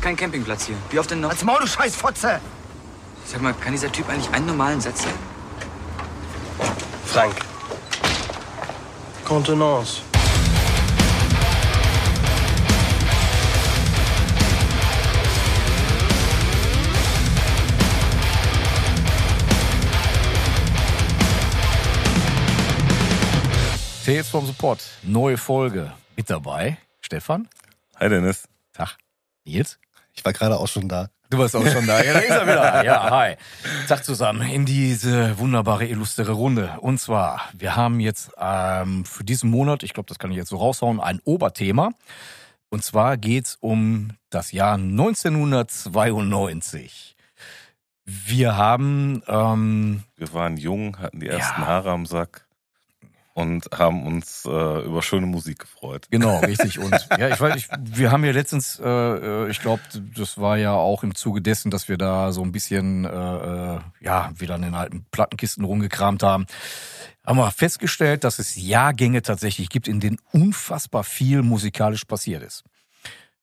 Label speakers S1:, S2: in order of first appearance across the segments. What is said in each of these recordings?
S1: keinen Campingplatz hier. Wie oft denn noch?
S2: Als Maul, du scheiß Fotze!
S1: Sag mal, kann dieser Typ eigentlich einen normalen Satz sagen?
S3: Frank. Contenance.
S4: Tales vom Support. Neue Folge. Mit dabei Stefan.
S5: Hi Dennis.
S4: Tag. Nils.
S6: Ich war gerade auch schon da.
S4: Du warst auch schon da. Ja, da ist er wieder. Ja, hi. Tag zusammen in diese wunderbare, illustre Runde. Und zwar, wir haben jetzt ähm, für diesen Monat, ich glaube, das kann ich jetzt so raushauen, ein Oberthema. Und zwar geht's um das Jahr 1992. Wir haben ähm,
S5: Wir waren jung, hatten die
S4: Ja.
S5: ersten Haare am Sack und haben uns äh, über schöne Musik gefreut.
S4: Genau, richtig. Und ja, ich weiß, ich, wir haben ja letztens, äh, äh, ich glaube, das war ja auch im Zuge dessen, dass wir da so ein bisschen, äh, äh, ja, wieder in den alten Plattenkisten rumgekramt haben, haben wir festgestellt, dass es Jahrgänge tatsächlich gibt, in denen unfassbar viel musikalisch passiert ist.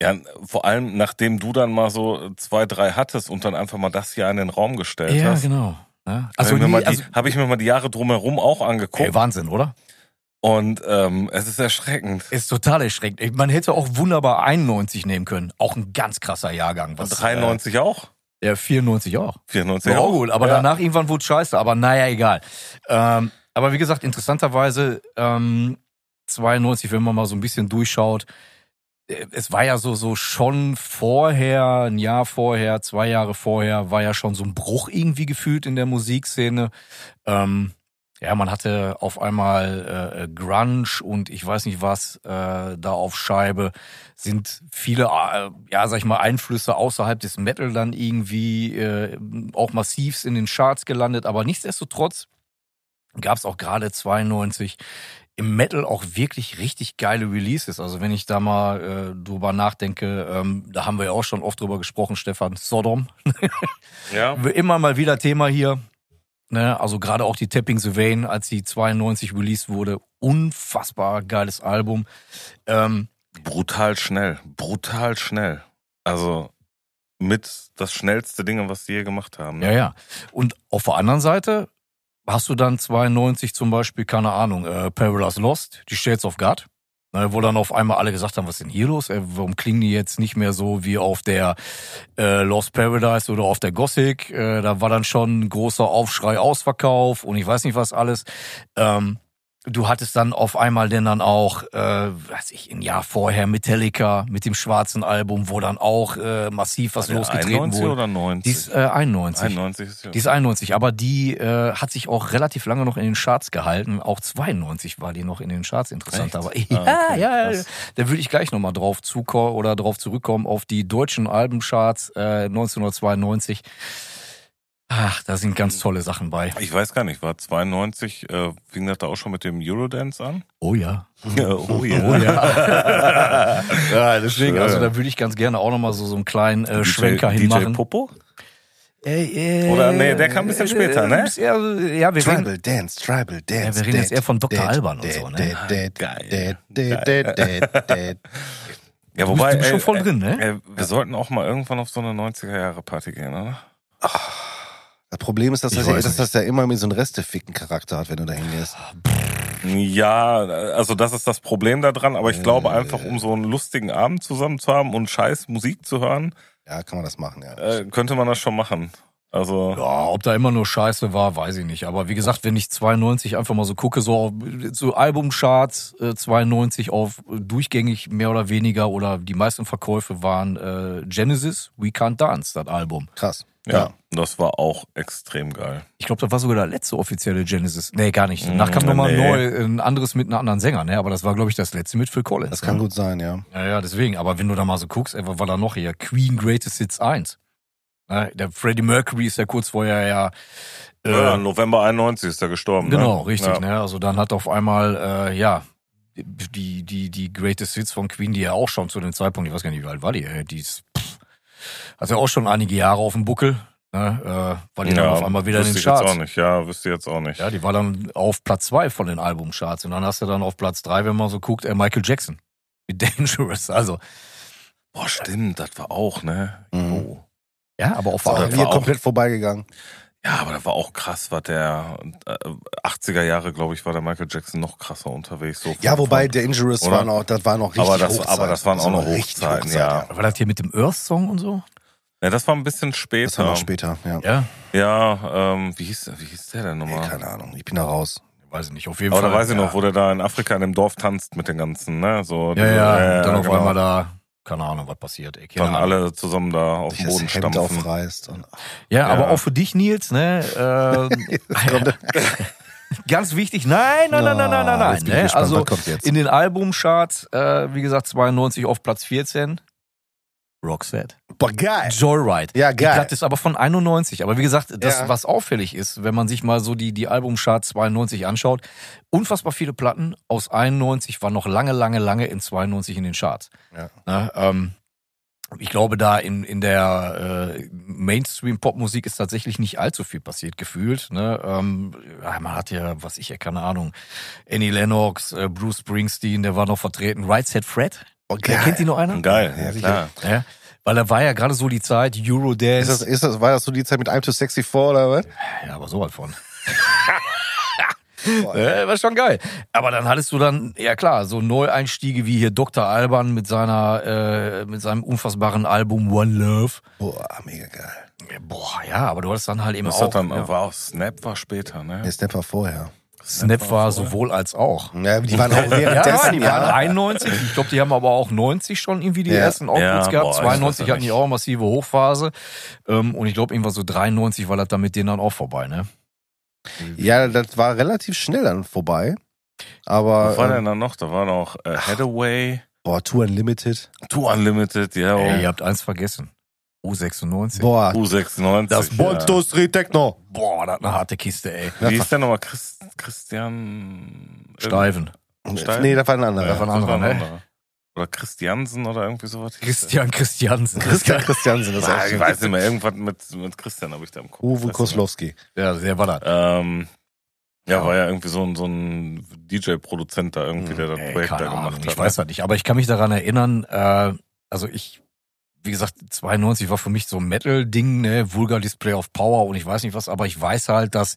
S5: Ja, vor allem nachdem du dann mal so zwei, drei hattest und dann einfach mal das hier in den Raum gestellt hast.
S4: genau. Ja, also,
S5: Also, mir
S4: nie,
S5: mal die,
S4: also
S5: habe ich mir mal die Jahre drumherum auch angeguckt
S4: ey, Wahnsinn, oder?
S5: und ähm, es ist erschreckend.
S4: Ist total erschreckend. Man hätte auch wunderbar 91 nehmen können. Auch ein ganz krasser Jahrgang. Was,
S5: 93 auch?
S4: Äh, ja, 94 auch.
S5: 94
S4: War
S5: auch?
S4: auch gut, aber
S5: ja.
S4: danach irgendwann wurde scheiße, aber naja, egal. Ähm, aber wie gesagt, interessanterweise, ähm, 92, wenn man mal so ein bisschen durchschaut, äh, es war ja so, so schon vorher, ein Jahr vorher, zwei Jahre vorher, war ja schon so ein Bruch irgendwie gefühlt in der Musikszene. Ähm, ja, man hatte auf einmal äh, Grunge und ich weiß nicht was äh, da auf Scheibe. Sind viele, äh, ja, sag ich mal, Einflüsse außerhalb des Metal dann irgendwie äh, auch massivst in den Charts gelandet. Aber nichtsdestotrotz gab es auch gerade 92 im Metal auch wirklich richtig geile Releases. Also wenn ich da mal äh, drüber nachdenke, ähm, da haben wir ja auch schon oft drüber gesprochen, Stefan Sodom,
S5: Ja.
S4: wir immer mal wieder Thema hier. Ne, also gerade auch die Tapping Sylvain, als die 92 released wurde, unfassbar geiles Album. Ähm,
S5: Brutal schnell, brutal schnell. Also mit das schnellste Ding, was die je gemacht haben.
S4: ja,
S5: Ne?
S4: ja. Und auf der anderen Seite hast du dann 92 zum Beispiel, keine Ahnung, äh, Perilous Lost, die Shades of God. Ne, wo dann auf einmal alle gesagt haben, was ist denn hier los? Äh, warum klingen die jetzt nicht mehr so wie auf der äh, Lost Paradise oder auf der Gothic? Äh, da war dann schon ein großer Aufschrei, Ausverkauf und ich weiß nicht was alles. Ähm, du hattest dann auf einmal denn dann auch, äh, weiß ich, ein Jahr vorher Metallica mit dem schwarzen Album, wo dann auch äh, massiv was
S5: War der
S4: losgetreten
S5: 91
S4: wurde.
S5: oder 90?
S4: Die ist äh, 91.
S5: 91 ist ja.
S4: Die ist 91, aber die äh, hat sich auch relativ lange noch in den Charts gehalten. Auch 92 war die noch in den Charts interessant.
S5: Echt?
S4: Aber
S5: Ah, okay,
S4: ja, ja,
S5: krass.
S4: da würde ich gleich nochmal drauf zukommen oder drauf zurückkommen auf die deutschen Albencharts äh, 1992. Ach, da sind ganz tolle Sachen bei.
S5: Mhm. ich weiß gar nicht, war 92, äh, fing das da auch schon mit dem Eurodance an?
S4: Oh ja.
S5: oh ja.
S4: Oh ja. ja, deswegen, also
S5: Schön.
S4: da würde ich ganz gerne auch nochmal so, so einen kleinen äh,
S5: DJ
S4: Schwenker
S5: DJ
S4: hinmachen.
S5: Popo?
S4: Äh, äh,
S5: Oder, nee, der kam ein bisschen später, ne?
S4: Ja, ja wir reden,
S6: Tribal Dance, Tribal Dance.
S4: Ja, wir reden jetzt eher von Dr. Alban und so, ne?
S5: Geil.
S6: ne?
S5: Ja,
S4: bist- du bist schon voll drin, ne?
S5: Äh, wir sollten auch mal irgendwann auf so eine 90er-Jahre-Party gehen, oder?
S6: Das Problem ist, dass
S4: Ich
S6: das, ja,
S4: weiß
S6: dass das ja immer mit so einem Resteficken-Charakter hat, wenn du da hingehst.
S5: Ja, also das ist das Problem daran, aber ich glaube
S4: Äh.
S5: einfach, um so einen lustigen Abend zusammen zu haben und scheiß Musik zu hören,
S6: Ja, kann man das machen, ja.
S5: äh, könnte man das schon machen. Also
S4: Ja, ob da immer nur Scheiße war, weiß ich nicht. Aber wie gesagt, wenn ich 92 einfach mal so gucke, so, auf- so Albumcharts äh, 92 auf äh, durchgängig mehr oder weniger oder die meisten Verkäufe waren äh, Genesis, We Can't Dance, das Album.
S6: Krass.
S5: ja, das war auch extrem geil.
S4: Ich glaube, das war sogar der letzte offizielle Genesis. Nee, gar nicht.
S5: Mm,
S4: Danach kam nochmal
S5: nee.
S4: neu, äh, ein anderes mit einem anderen Sänger, ne? Aber das war, glaube ich, das letzte mit Phil Collins.
S6: Das kann
S4: ne?
S6: gut sein, ja.
S4: Ja, ja, deswegen. Aber wenn du da mal so guckst, ey, was war da noch hier? Queen Greatest Hits 1. Ne? Der Freddie Mercury ist ja kurz vorher ja... äh,
S5: ja, November 91 ist er gestorben.
S4: Genau,
S5: ne?
S4: richtig.
S5: Ja.
S4: Ne? Also dann hat auf einmal, äh, ja, die, die, die Greatest Hits von Queen, die ja auch schon zu dem Zeitpunkt, ich weiß gar nicht, wie alt war die, ey, die ist, pff, hat ja auch schon einige Jahre auf dem Buckel, ne? äh, war die dann
S5: Ja,
S4: auf einmal wieder in den
S5: wüsste ich jetzt
S4: Charts.
S5: auch nicht. Ja, wüsste ich jetzt auch nicht.
S4: Ja, die war dann auf Platz zwei von den Albumcharts und dann hast du dann auf Platz drei, wenn man so guckt, äh, Michael Jackson mit Dangerous. Also
S5: Boah, stimmt, das war auch, ne?
S6: Mhm.
S5: Jo.
S4: Ja, aber auf
S6: Ist
S5: das
S6: auch an
S4: Wahrheit.
S6: mir
S5: war auch-
S6: komplett vorbeigegangen.
S5: Ja, aber das war auch krass, was der äh, 80er Jahre, glaube ich, war der Michael Jackson noch krasser unterwegs. So
S6: Ja,
S5: von-
S6: wobei
S5: von-
S6: Dangerous
S5: Oder?
S6: waren auch, das waren auch richtig
S5: Aber das-
S6: Hochzeiten.
S5: aber das waren auch noch
S6: aber richtig
S5: Hochzeiten, ja.
S4: War das hier mit dem Earth-Song und so?
S5: Ja, das war ein bisschen später.
S6: Das war noch später, ja.
S4: Ja,
S5: Ja, ähm, wie hieß, wie hieß der denn
S6: Nee,
S5: nochmal?
S6: keine Ahnung, ich bin da raus.
S4: weiß ich nicht. Auf jeden
S5: aber
S4: Fall.
S5: da weiß ich
S4: ja.
S5: noch, wo der da in Afrika in dem Dorf tanzt mit den ganzen, ne? So,
S4: Ja,
S5: diese-
S4: ja, dann auf
S5: genau.
S4: einmal da, keine Ahnung, was passiert. Ey, keine
S5: Dann
S4: Ahnung.
S5: alle zusammen da auf
S6: Sich
S5: den
S6: das
S5: Boden
S6: Hemd
S5: stampfen.
S6: aufreißt. Und,
S4: ja, aber
S5: Ja.
S4: auch für dich, Nils, ne? Ähm, ganz wichtig, nein, nein, nein, nein, nein, nein,
S6: Ah,
S4: nein.
S6: jetzt bin ich
S4: Ne?
S6: gespannt,
S4: also
S6: was kommt jetzt?
S4: in den Albumcharts, äh, wie gesagt, 92 auf Platz 14. Roxette.
S6: Boah, geil.
S4: Joyride.
S6: Ja,
S4: Die
S6: geil.
S4: Platte ist aber von 91. Aber wie gesagt, das,
S6: Ja.
S4: was auffällig ist, wenn man sich mal so die, die Albumchart 92 anschaut, unfassbar viele Platten aus 91 waren noch lange, lange, lange in 92 in den Charts.
S6: Ja.
S4: Ne, ähm, ich glaube, da in, in der äh, Mainstream-Popmusik ist tatsächlich nicht allzu viel passiert, gefühlt. Ne? Ähm, ja, man hat ja, was ich ja, keine Ahnung, Annie Lennox, äh, Bruce Springsteen, der war noch vertreten, Right Said Fred,
S6: Boah,
S4: der kennt die noch einer?
S5: Geil,
S6: Ja,
S5: ja,
S6: sicher.
S5: klar.
S4: Ja, weil da war ja gerade so die Zeit,
S6: Ist
S4: Eurodance. Äh,
S6: das, ist das, war das so die Zeit mit I'm Too Sexy for oder was?
S4: Ja, aber sowas von. Ja, Äh, war schon geil. Aber dann hattest du dann, ja klar, so Neueinstiege wie hier Dr. Alban mit seiner, äh, mit seinem unfassbaren Album One Love.
S6: Boah, mega geil.
S4: Ja, Boah, ja, aber du hattest dann halt eben
S5: Das
S4: auch.
S5: hat dann,
S4: ja.
S5: war auch Snap war später, ne?
S6: Der Snap war vorher.
S4: Snap war sowohl als auch.
S6: Ja, die waren auch
S4: Ja,
S6: währenddessen,
S4: die waren
S6: ja.
S4: 91. Ich glaube, die haben aber auch 90 schon irgendwie die
S6: Ja.
S4: ersten Auftritte
S5: Ja,
S4: gehabt.
S5: boah, ich weiß
S4: 92
S5: ja
S4: hatten die
S5: nicht.
S4: auch massive Hochphase. Ähm, Und ich glaube, irgendwas so 93 war das dann mit denen dann auch vorbei, ne?
S6: Ja, das war relativ schnell dann vorbei.
S5: Was war
S6: Aber, ähm,
S5: denn da noch? Da war noch äh, Hathaway,
S6: boah, Tour Unlimited.
S5: Two Unlimited, ja,
S4: Ey, ihr
S5: und
S4: habt eins vergessen. U96.
S6: Boah,
S5: U96. ja.
S6: Bontos Retechno.
S4: Boah, das ist eine harte Kiste, ey.
S5: Wie ist der nochmal? Chris, Christian...
S4: Steifen.
S5: Stein?
S6: Nee, das war ein anderer.
S5: Ja,
S4: Das war ein anderer, ne?
S5: Oder Christiansen oder irgendwie sowas. hieß der.
S4: Christian Christiansen.
S6: Christian Christiansen, das ist
S5: Ah,
S6: auch
S5: ich weiß nicht mehr, irgendwas mit, mit Christian habe ich da im Kopf.
S6: Uwe
S5: Weißt du
S6: Koslowski.
S4: Ja, sehr war das.
S5: Ähm, ja, war ja irgendwie so ein, so ein DJ-Produzent da irgendwie,
S6: Hm,
S5: der das
S4: Ey,
S5: Projekt da
S4: keine
S5: gemacht
S4: Ahnung,
S5: hat.
S4: ich weiß
S5: ne?
S4: das nicht. Aber ich kann mich daran erinnern, äh, also ich, wie gesagt, 92 war für mich so ein Metal-Ding, ne, Vulgar Display of Power und ich weiß nicht was, aber ich weiß halt, dass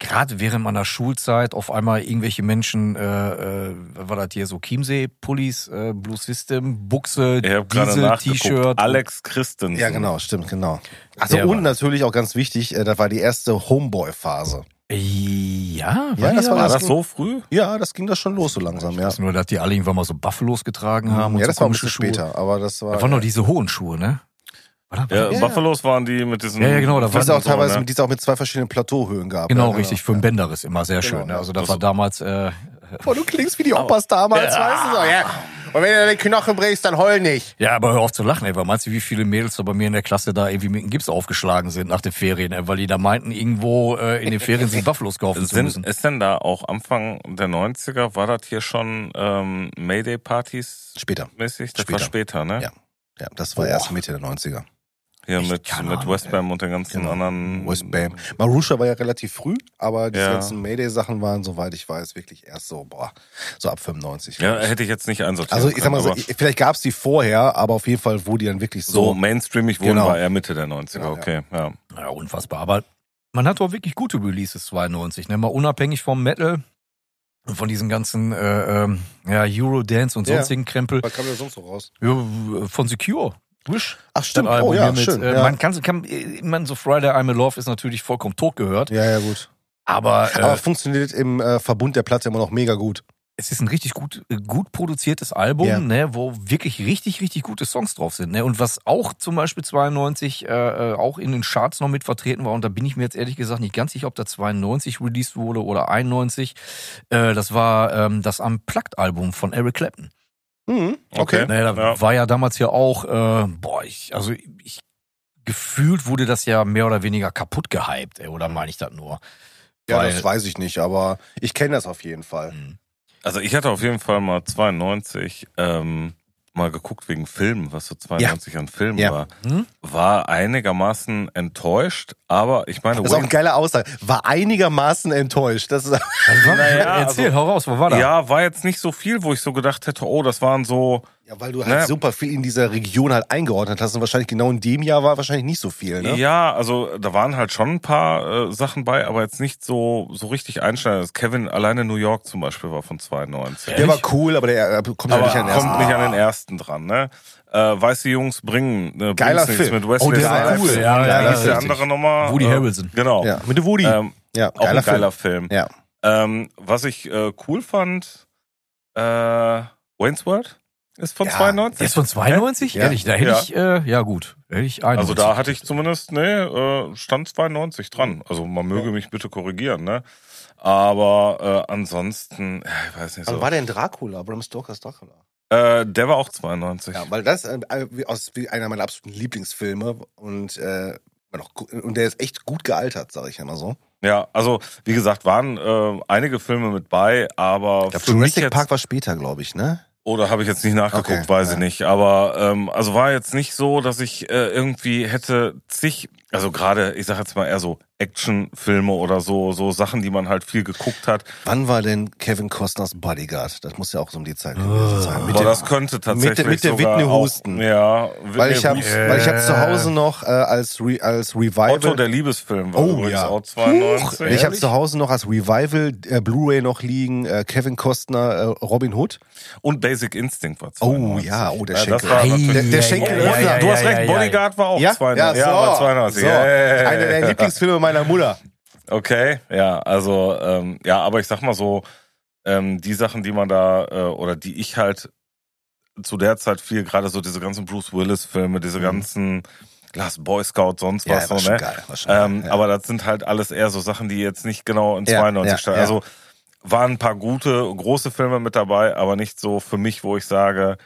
S4: gerade während meiner Schulzeit auf einmal irgendwelche Menschen, äh, äh, was war das hier, so Chiemsee-Pullis, äh, Blue System, Buchse,
S5: Ich habe gerade nachgeguckt.
S4: Diesel-T-Shirt.
S5: Alex Christensen.
S6: Ja, genau, stimmt, genau. Also
S4: Der
S6: und
S4: war-
S6: natürlich auch ganz wichtig, äh, das war die erste Homeboy-Phase.
S4: Ja,
S6: Ja, das war
S5: War
S6: das
S5: das so früh?
S6: Ja, das ging das schon los so langsam, ja.
S4: Ist nur, dass die alle irgendwann mal so Buffalos getragen haben. und
S6: Mhm. ja,
S4: so
S6: das war ein bisschen
S4: komische Schuhe.
S6: später, aber das war.
S4: Da waren noch diese hohen Schuhe, ne? War da-
S5: Ja,
S6: Ja.
S5: Buffalos waren die mit diesen.
S4: Ja, ja, genau, da
S6: weil es
S4: waren
S6: auch teilweise
S5: so, ne?
S6: mit die es auch mit zwei verschiedenen Plateauhöhen gab.
S4: Genau,
S6: ja, Genau.
S4: richtig. Für einen Bänderriss immer sehr schön.
S6: ja.
S4: Also das war damals, äh,
S6: Boah, du klingst wie die Opas damals, weißt du so, ja. Und wenn du den Knochen brichst, dann heul nicht.
S4: ja, aber hör auf zu lachen, ey. Weil meinst du, wie viele Mädels da bei mir in der Klasse da irgendwie mit einem Gips aufgeschlagen sind nach den Ferien, ey, weil die da meinten, irgendwo äh, in den Ferien sich Buffalos kaufen zu müssen.
S5: Sind, ist denn da auch Anfang der 90er, war das hier schon ähm, Mayday-Partys
S6: Später.
S5: mäßig? Das
S6: Später.
S5: war später, ne?
S6: Ja. Ja, das war erst Mitte der 90er.
S5: Hier
S4: Ich-
S5: mit,
S4: keine
S5: mit
S4: Ahnung,
S5: Westbam und den ganzen
S6: Genau.
S5: anderen.
S6: Westbam. Marusha war ja relativ früh, aber die
S5: Ja.
S6: ganzen Mayday-Sachen waren, soweit ich weiß, wirklich erst so, boah, so ab 95.
S5: Ja, hätte ich jetzt nicht einsortiert.
S6: Also ich sag mal so,
S5: aber
S6: vielleicht gab's die vorher, aber auf jeden Fall, wo die dann wirklich
S5: so
S6: so.
S5: mainstreamig wurden
S6: Genau.
S5: war er Mitte der 90er,
S6: Ja, ja.
S5: okay. Ja.
S4: Ja, unfassbar. Aber man hat doch wirklich gute Releases 92, ne? Mal unabhängig vom Metal und von diesen ganzen äh, ähm, ja, Eurodance und
S6: Ja.
S4: sonstigen Krempel.
S6: Was kam denn sonst so raus?
S4: Ja, von Secure. Wish.
S6: Ach stimmt,
S4: Das Album
S6: oh ja,
S4: hier mit,
S6: schön.
S4: Äh,
S6: ja.
S4: Man kann, kann äh, man so Friday I'm in Love ist natürlich vollkommen tot gehört,
S6: ja, ja, gut.
S4: aber, äh,
S6: Aber funktioniert im äh, Verbund der Platte immer noch mega gut.
S4: es ist ein richtig gut äh, gut produziertes Album,
S6: Ja.
S4: ne, wo wirklich richtig richtig gute Songs drauf sind, ne, und was auch zum Beispiel 92 äh, äh, auch in den Charts noch mit vertreten war und da bin ich mir jetzt ehrlich gesagt nicht ganz sicher, ob da 92 released wurde oder 91. Äh, das war ähm, das Unplugged Album von Eric Clapton.
S6: Mhm.
S5: Okay.
S4: Naja, da
S5: Ja.
S4: war ja damals ja auch, äh, boah, ich, also ich gefühlt wurde das ja mehr oder weniger kaputt gehypt, ey, oder meine ich das nur?
S6: Ja,
S4: Weil-
S6: das weiß ich nicht, aber ich kenne das auf jeden Fall.
S4: Hm.
S5: Also ich hatte auf jeden Fall mal 92 ähm, mal geguckt wegen Filmen, was so 92 an Filmen
S6: Ja.
S5: war.
S4: Hm?
S5: War einigermaßen enttäuscht, aber ich meine,
S6: Das ist auch eine geile Aussage. War einigermaßen enttäuscht. Das ist,
S4: Was war,
S5: Also, Naja,
S4: Erzähl, hau raus, was war da?
S5: ja, war jetzt nicht so viel, wo ich so gedacht hätte, oh, das waren so
S6: Ja, weil du halt
S5: Naja.
S6: super viel in dieser Region halt eingeordnet hast und wahrscheinlich genau in dem Jahr war wahrscheinlich nicht so viel, ne?
S5: Ja, also da waren halt schon ein paar äh, Sachen bei, aber jetzt nicht so, so richtig einschneidend. Also Kevin alleine New York zum Beispiel war von 92.
S6: Der war cool, aber der äh, kommt ja
S5: aber
S6: nicht an den ersten.
S5: kommt nicht an den ersten dran, ne? Äh, Weiße Jungs bringen äh,
S6: Geiler
S5: bringt's nichts
S6: Film.
S5: mit Wesley
S4: Oh, der war
S5: Snipes.
S4: cool. Ja,
S5: Wie
S4: ja,
S5: hieß
S4: ja,
S5: der
S6: richtig.
S5: andere nochmal.
S4: Woody
S5: Äh,
S4: Harrelson.
S5: Genau.
S6: Ja, mit dem Woody.
S5: Ähm,
S6: ja,
S5: auch
S6: geiler
S5: ein geiler Film.
S6: Film. Ja.
S5: Ähm, was ich äh, cool fand, äh, Wayne's World ist von
S6: Ja,
S5: 92.
S4: Jetzt von 92?
S6: Ja.
S4: Ehrlich, da hätte
S5: Ja.
S4: ich, äh, ja gut, hätte ich 91.
S5: Also da hatte ich zumindest, nee, äh, stand 92 dran. Also man möge mich bitte korrigieren, ne? Aber äh, ansonsten, ja, ich weiß nicht
S6: Wann
S5: so.
S6: war denn Dracula? Bram Stokers Dracula.
S5: Äh, der war auch 92.
S6: Ja, weil das äh, wie aus wie einer meiner absoluten Lieblingsfilme und äh, immer noch gu- und der ist echt gut gealtert, sage ich immer so.
S5: Ja, also wie gesagt, waren äh, einige Filme mit bei, aber für mich
S6: Jurassic
S5: jetzt,
S6: Park war später, glaube ich, ne?
S5: oder habe ich jetzt nicht nachgeguckt,
S6: Okay,
S5: weiß ich
S6: ja.
S5: nicht. Aber ähm, also war jetzt nicht so, dass ich äh, irgendwie hätte zig, also gerade, ich sage jetzt mal eher so Actionfilme oder so, so Sachen, die man halt viel geguckt hat.
S6: Wann war denn Kevin Costners Bodyguard? Das muss ja auch so um die Zeit gewesen sein. Mit
S5: Ah. Boah,
S6: der-
S5: das könnte tatsächlich
S6: mit der
S5: sogar
S6: Whitney
S5: auch-
S6: Houston.
S5: Ja, Whitney
S6: weil ich Äh, habe
S5: Houston.
S6: weil ich habe zu Hause noch äh, als Re, als Revival
S5: Otto, der Liebesfilm war
S6: Oh,
S5: übrigens
S6: ja.
S5: auch 92.
S6: ich habe zu Hause noch als Revival äh, Blu-ray noch liegen äh, Kevin Costner äh, Robin Hood.
S5: Und Basic Instinct war 92.
S6: Oh ja, oh der
S5: Ja, das
S6: Schenkel.
S5: war natürlich-
S6: der- der Schenkel-
S5: Ja, ja, du hast recht, Bodyguard war auch
S6: ja,
S5: 92.
S6: ja, so.
S5: war 92.
S6: So.
S5: Ja, ja, ja,
S6: Einer der
S5: ja.
S6: Lieblingsfilme meiner Mutter.
S5: Okay, ja, also ähm, ja, aber ich sag mal so, ähm, die Sachen, die man da äh, oder die ich halt zu der Zeit viel, gerade so diese ganzen Bruce Willis-Filme,
S6: Mhm.
S5: diese ganzen Last Boy Scout, sonst was
S6: war
S5: so,
S6: schon
S5: ne?
S6: geil, war schon
S5: Ähm,
S6: geil, ja.
S5: Aber das sind halt alles eher so Sachen, die jetzt nicht genau in
S6: Ja,
S5: 92
S6: ja,
S5: stehen.
S6: ja.
S5: Also waren ein paar gute, große Filme mit dabei, aber nicht so für mich, wo ich sage,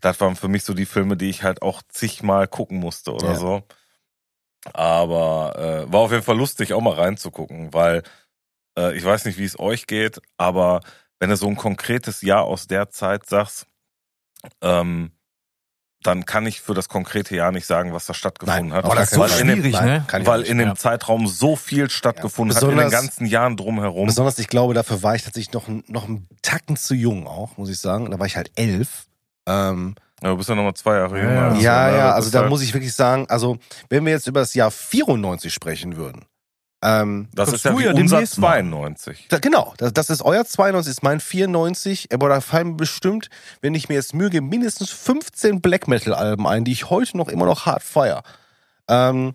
S5: das waren für mich so die Filme, die ich halt auch zigmal gucken musste oder
S6: Ja.
S5: so. Aber äh, war auf jeden Fall lustig, auch mal reinzugucken, weil äh, ich weiß nicht, wie es euch geht, aber wenn du so ein konkretes Jahr aus der Zeit sagst, ähm, dann kann ich für das konkrete Jahr nicht sagen, was da stattgefunden
S6: Nein,
S5: hat.
S6: aber
S4: Boah, das ist so
S5: weil in dem,
S4: schwierig,
S6: Nein,
S4: ne?
S6: kann ich
S5: weil
S6: nicht,
S5: in dem
S4: ja.
S5: Zeitraum so viel stattgefunden hat, in den
S6: Besonders-
S5: ganzen Jahren drumherum.
S6: Besonders, ich glaube, dafür war ich tatsächlich noch, ein- noch einen Tacken zu jung auch, muss ich sagen. Da war ich halt elf. Ähm,
S5: Ja, du bist ja nochmal zwei Jahre
S4: Ja,
S5: jünger.
S4: ja.
S5: als
S6: ja,
S5: wir, ne?
S6: ja,
S5: Das
S6: also
S5: ist
S6: da
S5: halt-
S6: muss ich wirklich sagen, also wenn wir jetzt über das Jahr 94 sprechen würden, ähm,
S5: Das ist
S4: kommst
S5: ja
S4: du
S5: wie
S4: ja
S5: unser
S4: demnächst mal.
S5: 92.
S6: da, genau, das, das ist euer 92, ist mein 94, aber da fallen mir bestimmt, wenn ich mir jetzt möge, mindestens 15 Black Metal-Alben ein, die ich heute noch immer noch hart feier. Ähm,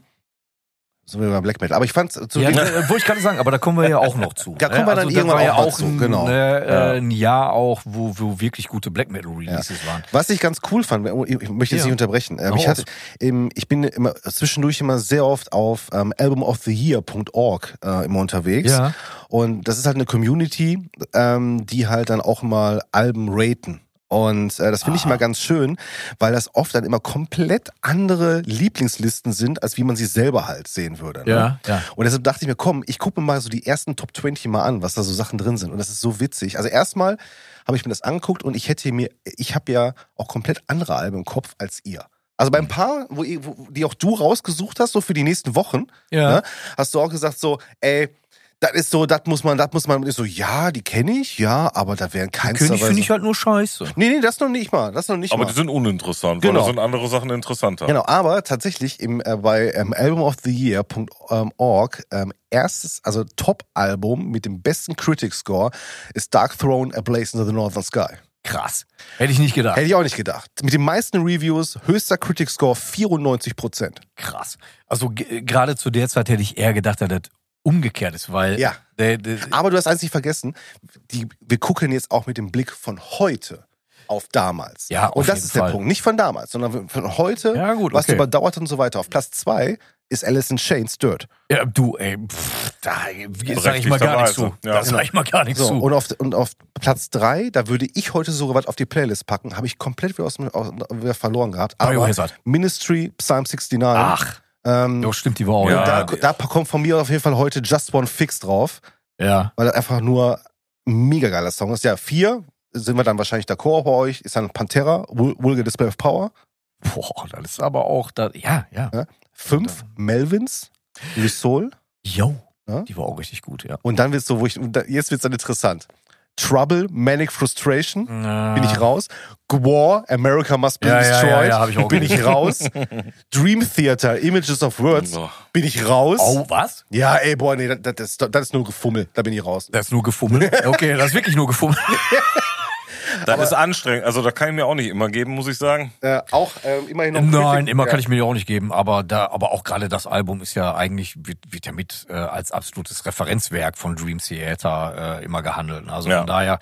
S6: sind wir bei Black Metal. Aber ich fand's zu
S4: ja,
S6: dem-
S4: da, äh, wollte ich gerade sagen, aber da kommen wir ja auch noch zu.
S6: Da kommen
S4: ne?
S6: wir dann
S4: das
S6: irgendwann
S4: war ja
S6: auch noch
S4: auch
S6: zu,
S4: ein,
S6: genau.
S4: äh,
S5: Ja.
S4: ein Jahr auch, wo, wo wirklich gute Black Metal Releases waren.
S6: Was ich ganz cool fand, ich ich möchte jetzt
S4: Ja.
S6: nicht unterbrechen, ähm,
S4: Hau
S6: ich,
S4: auf.
S6: hatte, ähm, ich bin immer zwischendurch immer sehr oft auf ähm, albumoftheyear.org äh, immer unterwegs.
S4: Ja.
S6: Und das ist halt eine Community, ähm, die halt dann auch mal Alben raten. Und äh, das finde
S4: Ah.
S6: ich immer ganz schön, weil das oft dann immer komplett andere Lieblingslisten sind, als wie man sie selber halt sehen würde. Ne?
S4: Ja, ja.
S6: Und deshalb dachte ich mir, komm, ich gucke mir mal so die ersten Top 20 mal an, was da so Sachen drin sind. Und das ist so witzig. Also erstmal habe ich mir das angeguckt und ich hätte mir, ich habe ja auch komplett andere Alben im Kopf als ihr. Also bei ein paar, wo, ihr- wo, die auch du rausgesucht hast, so für die nächsten Wochen,
S4: Ja.
S6: ne, hast du auch gesagt so, ey, das ist so, das muss man, das muss man. Und ich so, ja, die kenne ich, ja, aber da wären keins
S4: König finde ich halt nur scheiße.
S6: Nee, nee, das noch nicht mal, das noch nicht
S5: Aber
S6: mal.
S5: die sind uninteressant, weil
S6: Genau.
S5: da sind andere Sachen interessanter.
S6: Genau, aber tatsächlich im, äh, bei ähm, albumoftheyear.org ähm, erstes, also Top-Album mit dem besten Critic-Score ist Dark Throne, A Blaze Under the Northern Sky.
S4: Krass. Hätte ich nicht gedacht.
S6: Hätte ich auch nicht gedacht. Mit den meisten Reviews, höchster Critic-Score 94%.
S4: Krass. Also ge- gerade zu der Zeit hätte ich eher gedacht, dass das umgekehrt ist, weil
S6: Ja.
S4: der, der,
S6: Aber du hast eins nicht vergessen, die, wir gucken jetzt auch mit dem Blick von heute auf damals.
S4: Ja, auf
S6: Und das
S4: jeden
S6: ist der
S4: Fall.
S6: Punkt. Nicht von damals, sondern von heute,
S4: Ja, gut,
S6: was
S4: okay.
S6: überdauert und so weiter. Auf Platz zwei ist Alice in Chains Dirt.
S4: ja, du, ey, pff, da sage ich mal gar nichts zu.
S5: Ja.
S4: Da sage ich mal gar nichts
S6: So,
S4: zu.
S6: und auf, und auf Platz 3, da würde ich heute sogar was auf die Playlist packen, habe ich komplett wieder, aus, dem- aus, wieder verloren gehabt. Aber
S4: Biohazard.
S6: Ministry, Psalm 69.
S4: Ach,
S6: ähm,
S4: doch stimmt die war auch.
S5: Ja.
S6: da,
S4: Ja.
S6: da kommt von mir auf jeden Fall heute Just One Fix drauf,
S4: ja.
S6: weil das einfach nur ein mega geiler Song ist. Ja, 4 sind wir dann wahrscheinlich d'accord bei euch, ist dann Pantera, Vul- Vulgar Display of Power.
S4: Boah, das ist aber auch, da, ja, ja.
S6: 5, Melvins, Soul.
S4: Jo.
S6: Ja?
S4: Die war auch richtig gut, ja.
S6: Und dann wird's so, wo ich, und da, jetzt wird's dann interessant. Trouble, Manic Frustration,
S4: Na.
S6: bin ich raus. War, America Must Be
S4: Ah. Ja, ja,
S6: Destroyed,
S4: ja, ja, hab ich auch
S6: bin ich
S4: gelesen.
S6: raus. Dream Theater, Images of Words,
S5: Boah.
S6: bin ich raus.
S4: Oh, was?
S6: Ja, ey, boah, nee, das, das, ist- das ist nur Gefummel, da bin ich raus.
S4: Das ist nur gefummelt. Okay, das ist wirklich nur gefummelt.
S5: Das ist anstrengend. Also da kann ich mir auch nicht immer geben, muss ich sagen.
S6: Äh, auch ähm, immerhin noch.
S4: Nein, immer
S6: ja.
S4: kann ich mir die auch nicht geben, aber da, aber auch gerade das Album ist ja eigentlich, wird, wird ja mit äh, als absolutes Referenzwerk von Dream Theater äh, immer gehandelt. ne? Also
S5: Ja.
S4: von daher,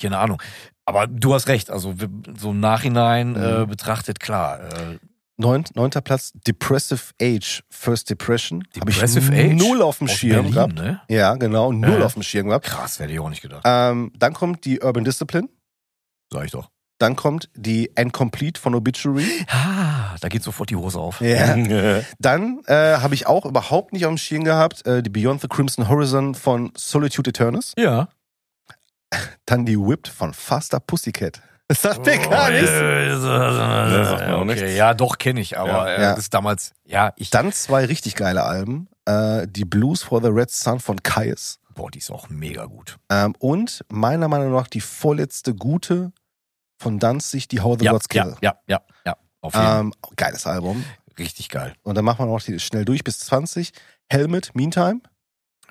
S4: keine Ahnung. Aber du hast recht, also wir- so im Nachhinein
S6: Mhm.
S4: äh, betrachtet, klar. Äh,
S6: Neunt, neunter Platz, Depressive Age, First Depression. Hab
S4: Depressive
S6: ich
S4: Age
S6: null auf dem
S4: aus
S6: Schirm
S4: Berlin,
S6: gehabt.
S4: ne?
S6: Ja, genau, null
S4: Ja.
S6: auf dem Schirm gehabt.
S4: Krass, hätte ich auch nicht gedacht.
S6: Ähm, dann kommt die Urban Discipline,
S4: Sag ich doch.
S6: dann kommt die Incomplete von Obituary.
S4: Ah, da geht sofort die Hose auf.
S6: Ja. Dann äh, habe ich auch überhaupt nicht auf dem Schirm gehabt, äh, die Beyond the Crimson Horizon von Solitude Eternus.
S4: Ja.
S6: Dann die Whipped von Faster Pussycat. Das sagt mir
S4: Oh,
S6: gar nichts.
S4: äh, äh,
S5: sagt mir auch
S4: okay.
S5: nichts.
S4: Ja, doch, kenne ich, aber äh,
S6: Ja.
S4: das ist damals, ja, ich.
S6: Dann zwei richtig geile Alben. Äh, die Blues for the Red Sun von Kais.
S4: boah, die ist auch mega gut.
S6: Ähm, und meiner Meinung nach die vorletzte gute von Danzig, die How the
S4: ja,
S6: Gods
S4: ja,
S6: Kill.
S4: ja, ja, ja. Auf jeden Fall.
S6: Ähm, geiles Album.
S4: Richtig geil.
S6: Und dann machen wir noch die schnell durch bis 20. Helmet, Meantime.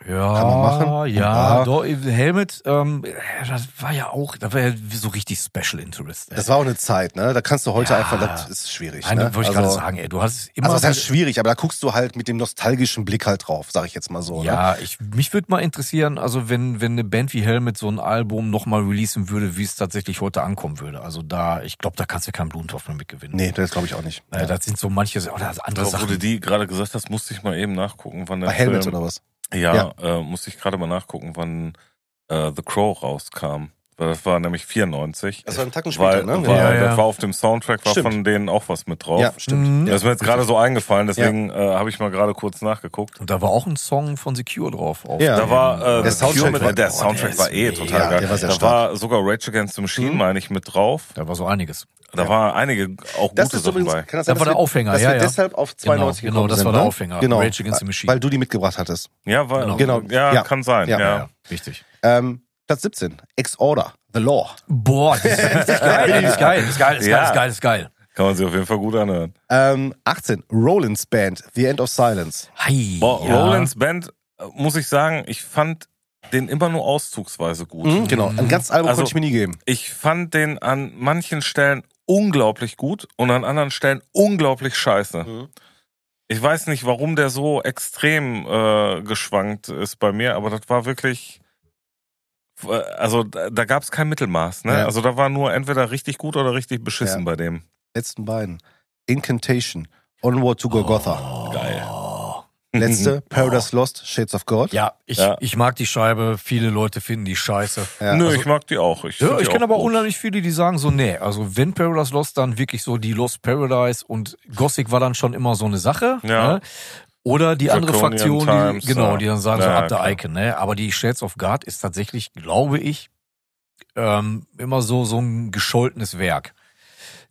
S4: Ja,
S6: Kann man machen. Ah.
S4: Ja,
S6: Ja.
S4: Doch, Helmet, ähm, das war ja auch, das war ja so richtig Special Interest. ey.
S6: Das war auch eine Zeit, ne? Da kannst du heute
S4: Ja.
S6: einfach, das ist schwierig.
S4: Nein,
S6: ne?
S4: wollte ich
S6: also,
S4: gerade sagen, ey, du hast immer.
S6: Also, das heißt schwierig, aber da guckst du halt mit dem nostalgischen Blick halt drauf, sag ich jetzt mal so. Ne?
S4: ja, ich, mich würde mal interessieren, also wenn, wenn eine Band wie Helmet so ein Album nochmal releasen würde, wie es tatsächlich heute ankommen würde. Also da, ich glaube, da kannst du keinen Blumentopf mehr mitgewinnen.
S6: Nee, das glaube ich auch nicht.
S4: Äh, das sind so manche, oder andere
S5: Wo du
S4: Sachen.
S5: die gerade gesagt hast, musste ich mal eben nachgucken, wann der
S6: Bei Helmet
S5: Film,
S6: oder was?
S5: Ja, Äh, musste ich gerade mal nachgucken, wann äh, The Crow rauskam. Weil Das war nämlich 94.
S6: Das war einen Tacken
S5: weil,
S6: später, ne?
S5: War,
S4: Ja, ja.
S5: Das war auf dem Soundtrack, war
S6: Stimmt.
S5: von denen auch was mit drauf.
S6: ja, stimmt.
S4: Mhm.
S5: Das ist mir jetzt gerade so eingefallen, deswegen äh, habe ich mal gerade kurz nachgeguckt.
S4: Und da war auch ein Song von Secure drauf. Auf
S6: Ja.
S5: Da war äh,
S6: Der
S5: The
S6: Soundtrack
S5: Cure mit,
S6: war-
S5: der
S4: boah,
S5: Soundtrack
S4: der
S5: war
S4: ist
S5: eh
S4: mega.
S5: total geil.
S6: Der war sehr
S5: da
S6: stark. Mhm.
S5: war sogar Rage Against the Machine, meine ich, mit drauf.
S4: Da war so einiges.
S5: Da waren einige auch
S6: Das
S5: gute
S6: ist
S5: Sachen
S6: übrigens,
S5: bei.
S6: kann
S4: Das
S6: das
S4: war
S6: dass
S4: der
S6: wir-
S4: Aufhänger,
S6: dass
S4: ja,
S6: wir
S4: ja.
S6: deshalb auf 92
S4: Genau,
S6: gekommen
S4: das
S6: sind,
S4: war der
S6: ne?
S4: Aufhänger.
S6: Genau.
S4: Rage Against the Machine.
S6: Weil du die mitgebracht hattest.
S5: Ja, war,
S4: Genau.
S6: Genau.
S5: Ja,
S6: Ja.
S5: kann sein.
S6: Ja.
S5: Ja.
S4: Ja, ja, richtig.
S6: Ähm, Platz 17, Ex-Order, The Law.
S4: Boah, das ist richtig geil. ey, Das ist geil, das ist geil, das ist geil, das ist geil, das ist geil.
S5: Kann man sich auf jeden Fall gut anhören.
S6: Ähm, 18, Rollins Band, The End of Silence.
S4: Hi,
S5: Boah,
S4: ja.
S5: Rollins Band, äh, muss ich sagen, ich fand den immer nur auszugsweise gut.
S6: Mhm, genau, ein ganzes Album
S5: Also-
S6: konnte ich mir nie geben.
S5: Ich fand den an manchen Stellen unglaublich gut und an anderen Stellen unglaublich scheiße. Ich weiß nicht, warum der so extrem äh, geschwankt ist bei mir, aber das war wirklich. äh, Also da, da gab es kein Mittelmaß, ne?
S6: Ja.
S5: Also da war nur entweder richtig gut oder richtig beschissen
S6: Ja.
S5: bei dem.
S6: Letzten beiden, Incantation, Onward to Golgotha.
S5: Geil.
S6: Letzte, Paradise Lost, Shades of God.
S4: Ja, ich,
S5: Ja.
S4: ich mag die Scheibe. Viele Leute finden die scheiße.
S6: Ja,
S5: Nö,
S6: also-
S5: ich mag die auch. Ich,
S4: Ja,
S5: find die
S4: ich kenne
S5: auch
S4: aber
S5: gut.
S4: unheimlich viele, die sagen so, nee, also wenn Paradise Lost, dann wirklich so die Lost Paradise und Gothic war dann schon immer so eine Sache.
S5: Ja.
S4: Ne? Oder die andere
S5: Draconian
S4: Fraktion,
S5: Times,
S4: die, genau,
S5: ja.
S4: die dann sagen so,
S5: Ja,
S4: ab der
S5: klar.
S4: Icon, ne? Aber die Shades of God ist tatsächlich, glaube ich, ähm, immer so, so ein gescholtenes Werk.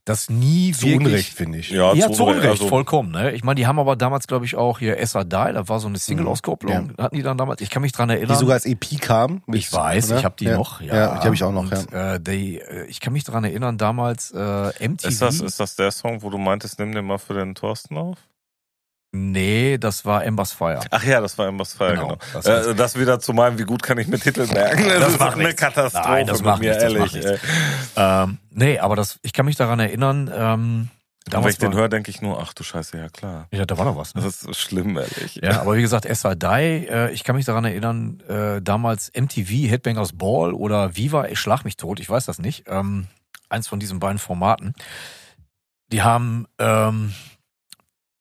S4: Das nie
S6: Zu
S4: wirklich,
S6: Unrecht, finde ich.
S5: Ja,
S4: Ja, zu Unrecht,
S5: also-
S4: vollkommen. Ne? Ich meine, die haben aber damals, glaube ich, auch hier SR Die, da war so eine Single-Auskopplung, hatten die dann damals, ich kann mich dran erinnern.
S6: Mhm. Die sogar als EP kam. mit-
S4: Ich weiß,
S6: ne?
S4: ich habe die
S6: ja.
S4: noch. Ja,
S6: Ja, die habe ich auch noch,
S4: Und,
S6: ja.
S4: Äh, die, äh, ich kann mich daran erinnern, damals äh, MTV.
S5: Ist das, ist das der Song, wo du meintest, nimm den mal für den Thorsten auf?
S4: nee, das war Embers Fire.
S5: Ach ja, das war Embers Fire,
S4: Genau,
S5: genau.
S4: das
S5: Das,
S4: war's.
S5: äh, das wieder zu meinem, wie gut kann ich mir Titel merken. Das,
S4: Das
S5: ist
S4: macht
S5: eine
S4: nichts.
S5: Katastrophe
S4: Nein, das
S5: mit
S4: macht
S5: mir,
S4: nichts, das
S5: ehrlich. äh.
S4: macht nichts. Ähm, nee, aber das, ich kann mich daran erinnern, ähm,
S5: Äh, wenn ich
S4: damals
S5: den
S4: war,
S5: höre, denke ich nur, ach du Scheiße, ja klar.
S4: ja, da war noch was. Ne?
S5: Das ist so schlimm, ehrlich.
S4: Ja, aber wie gesagt, SR Die, äh, ich kann mich daran erinnern, äh, damals MTV, Headbangers Ball oder Viva, ich schlag mich tot, ich weiß das nicht. Ähm, eins von diesen beiden Formaten. Die haben ähm,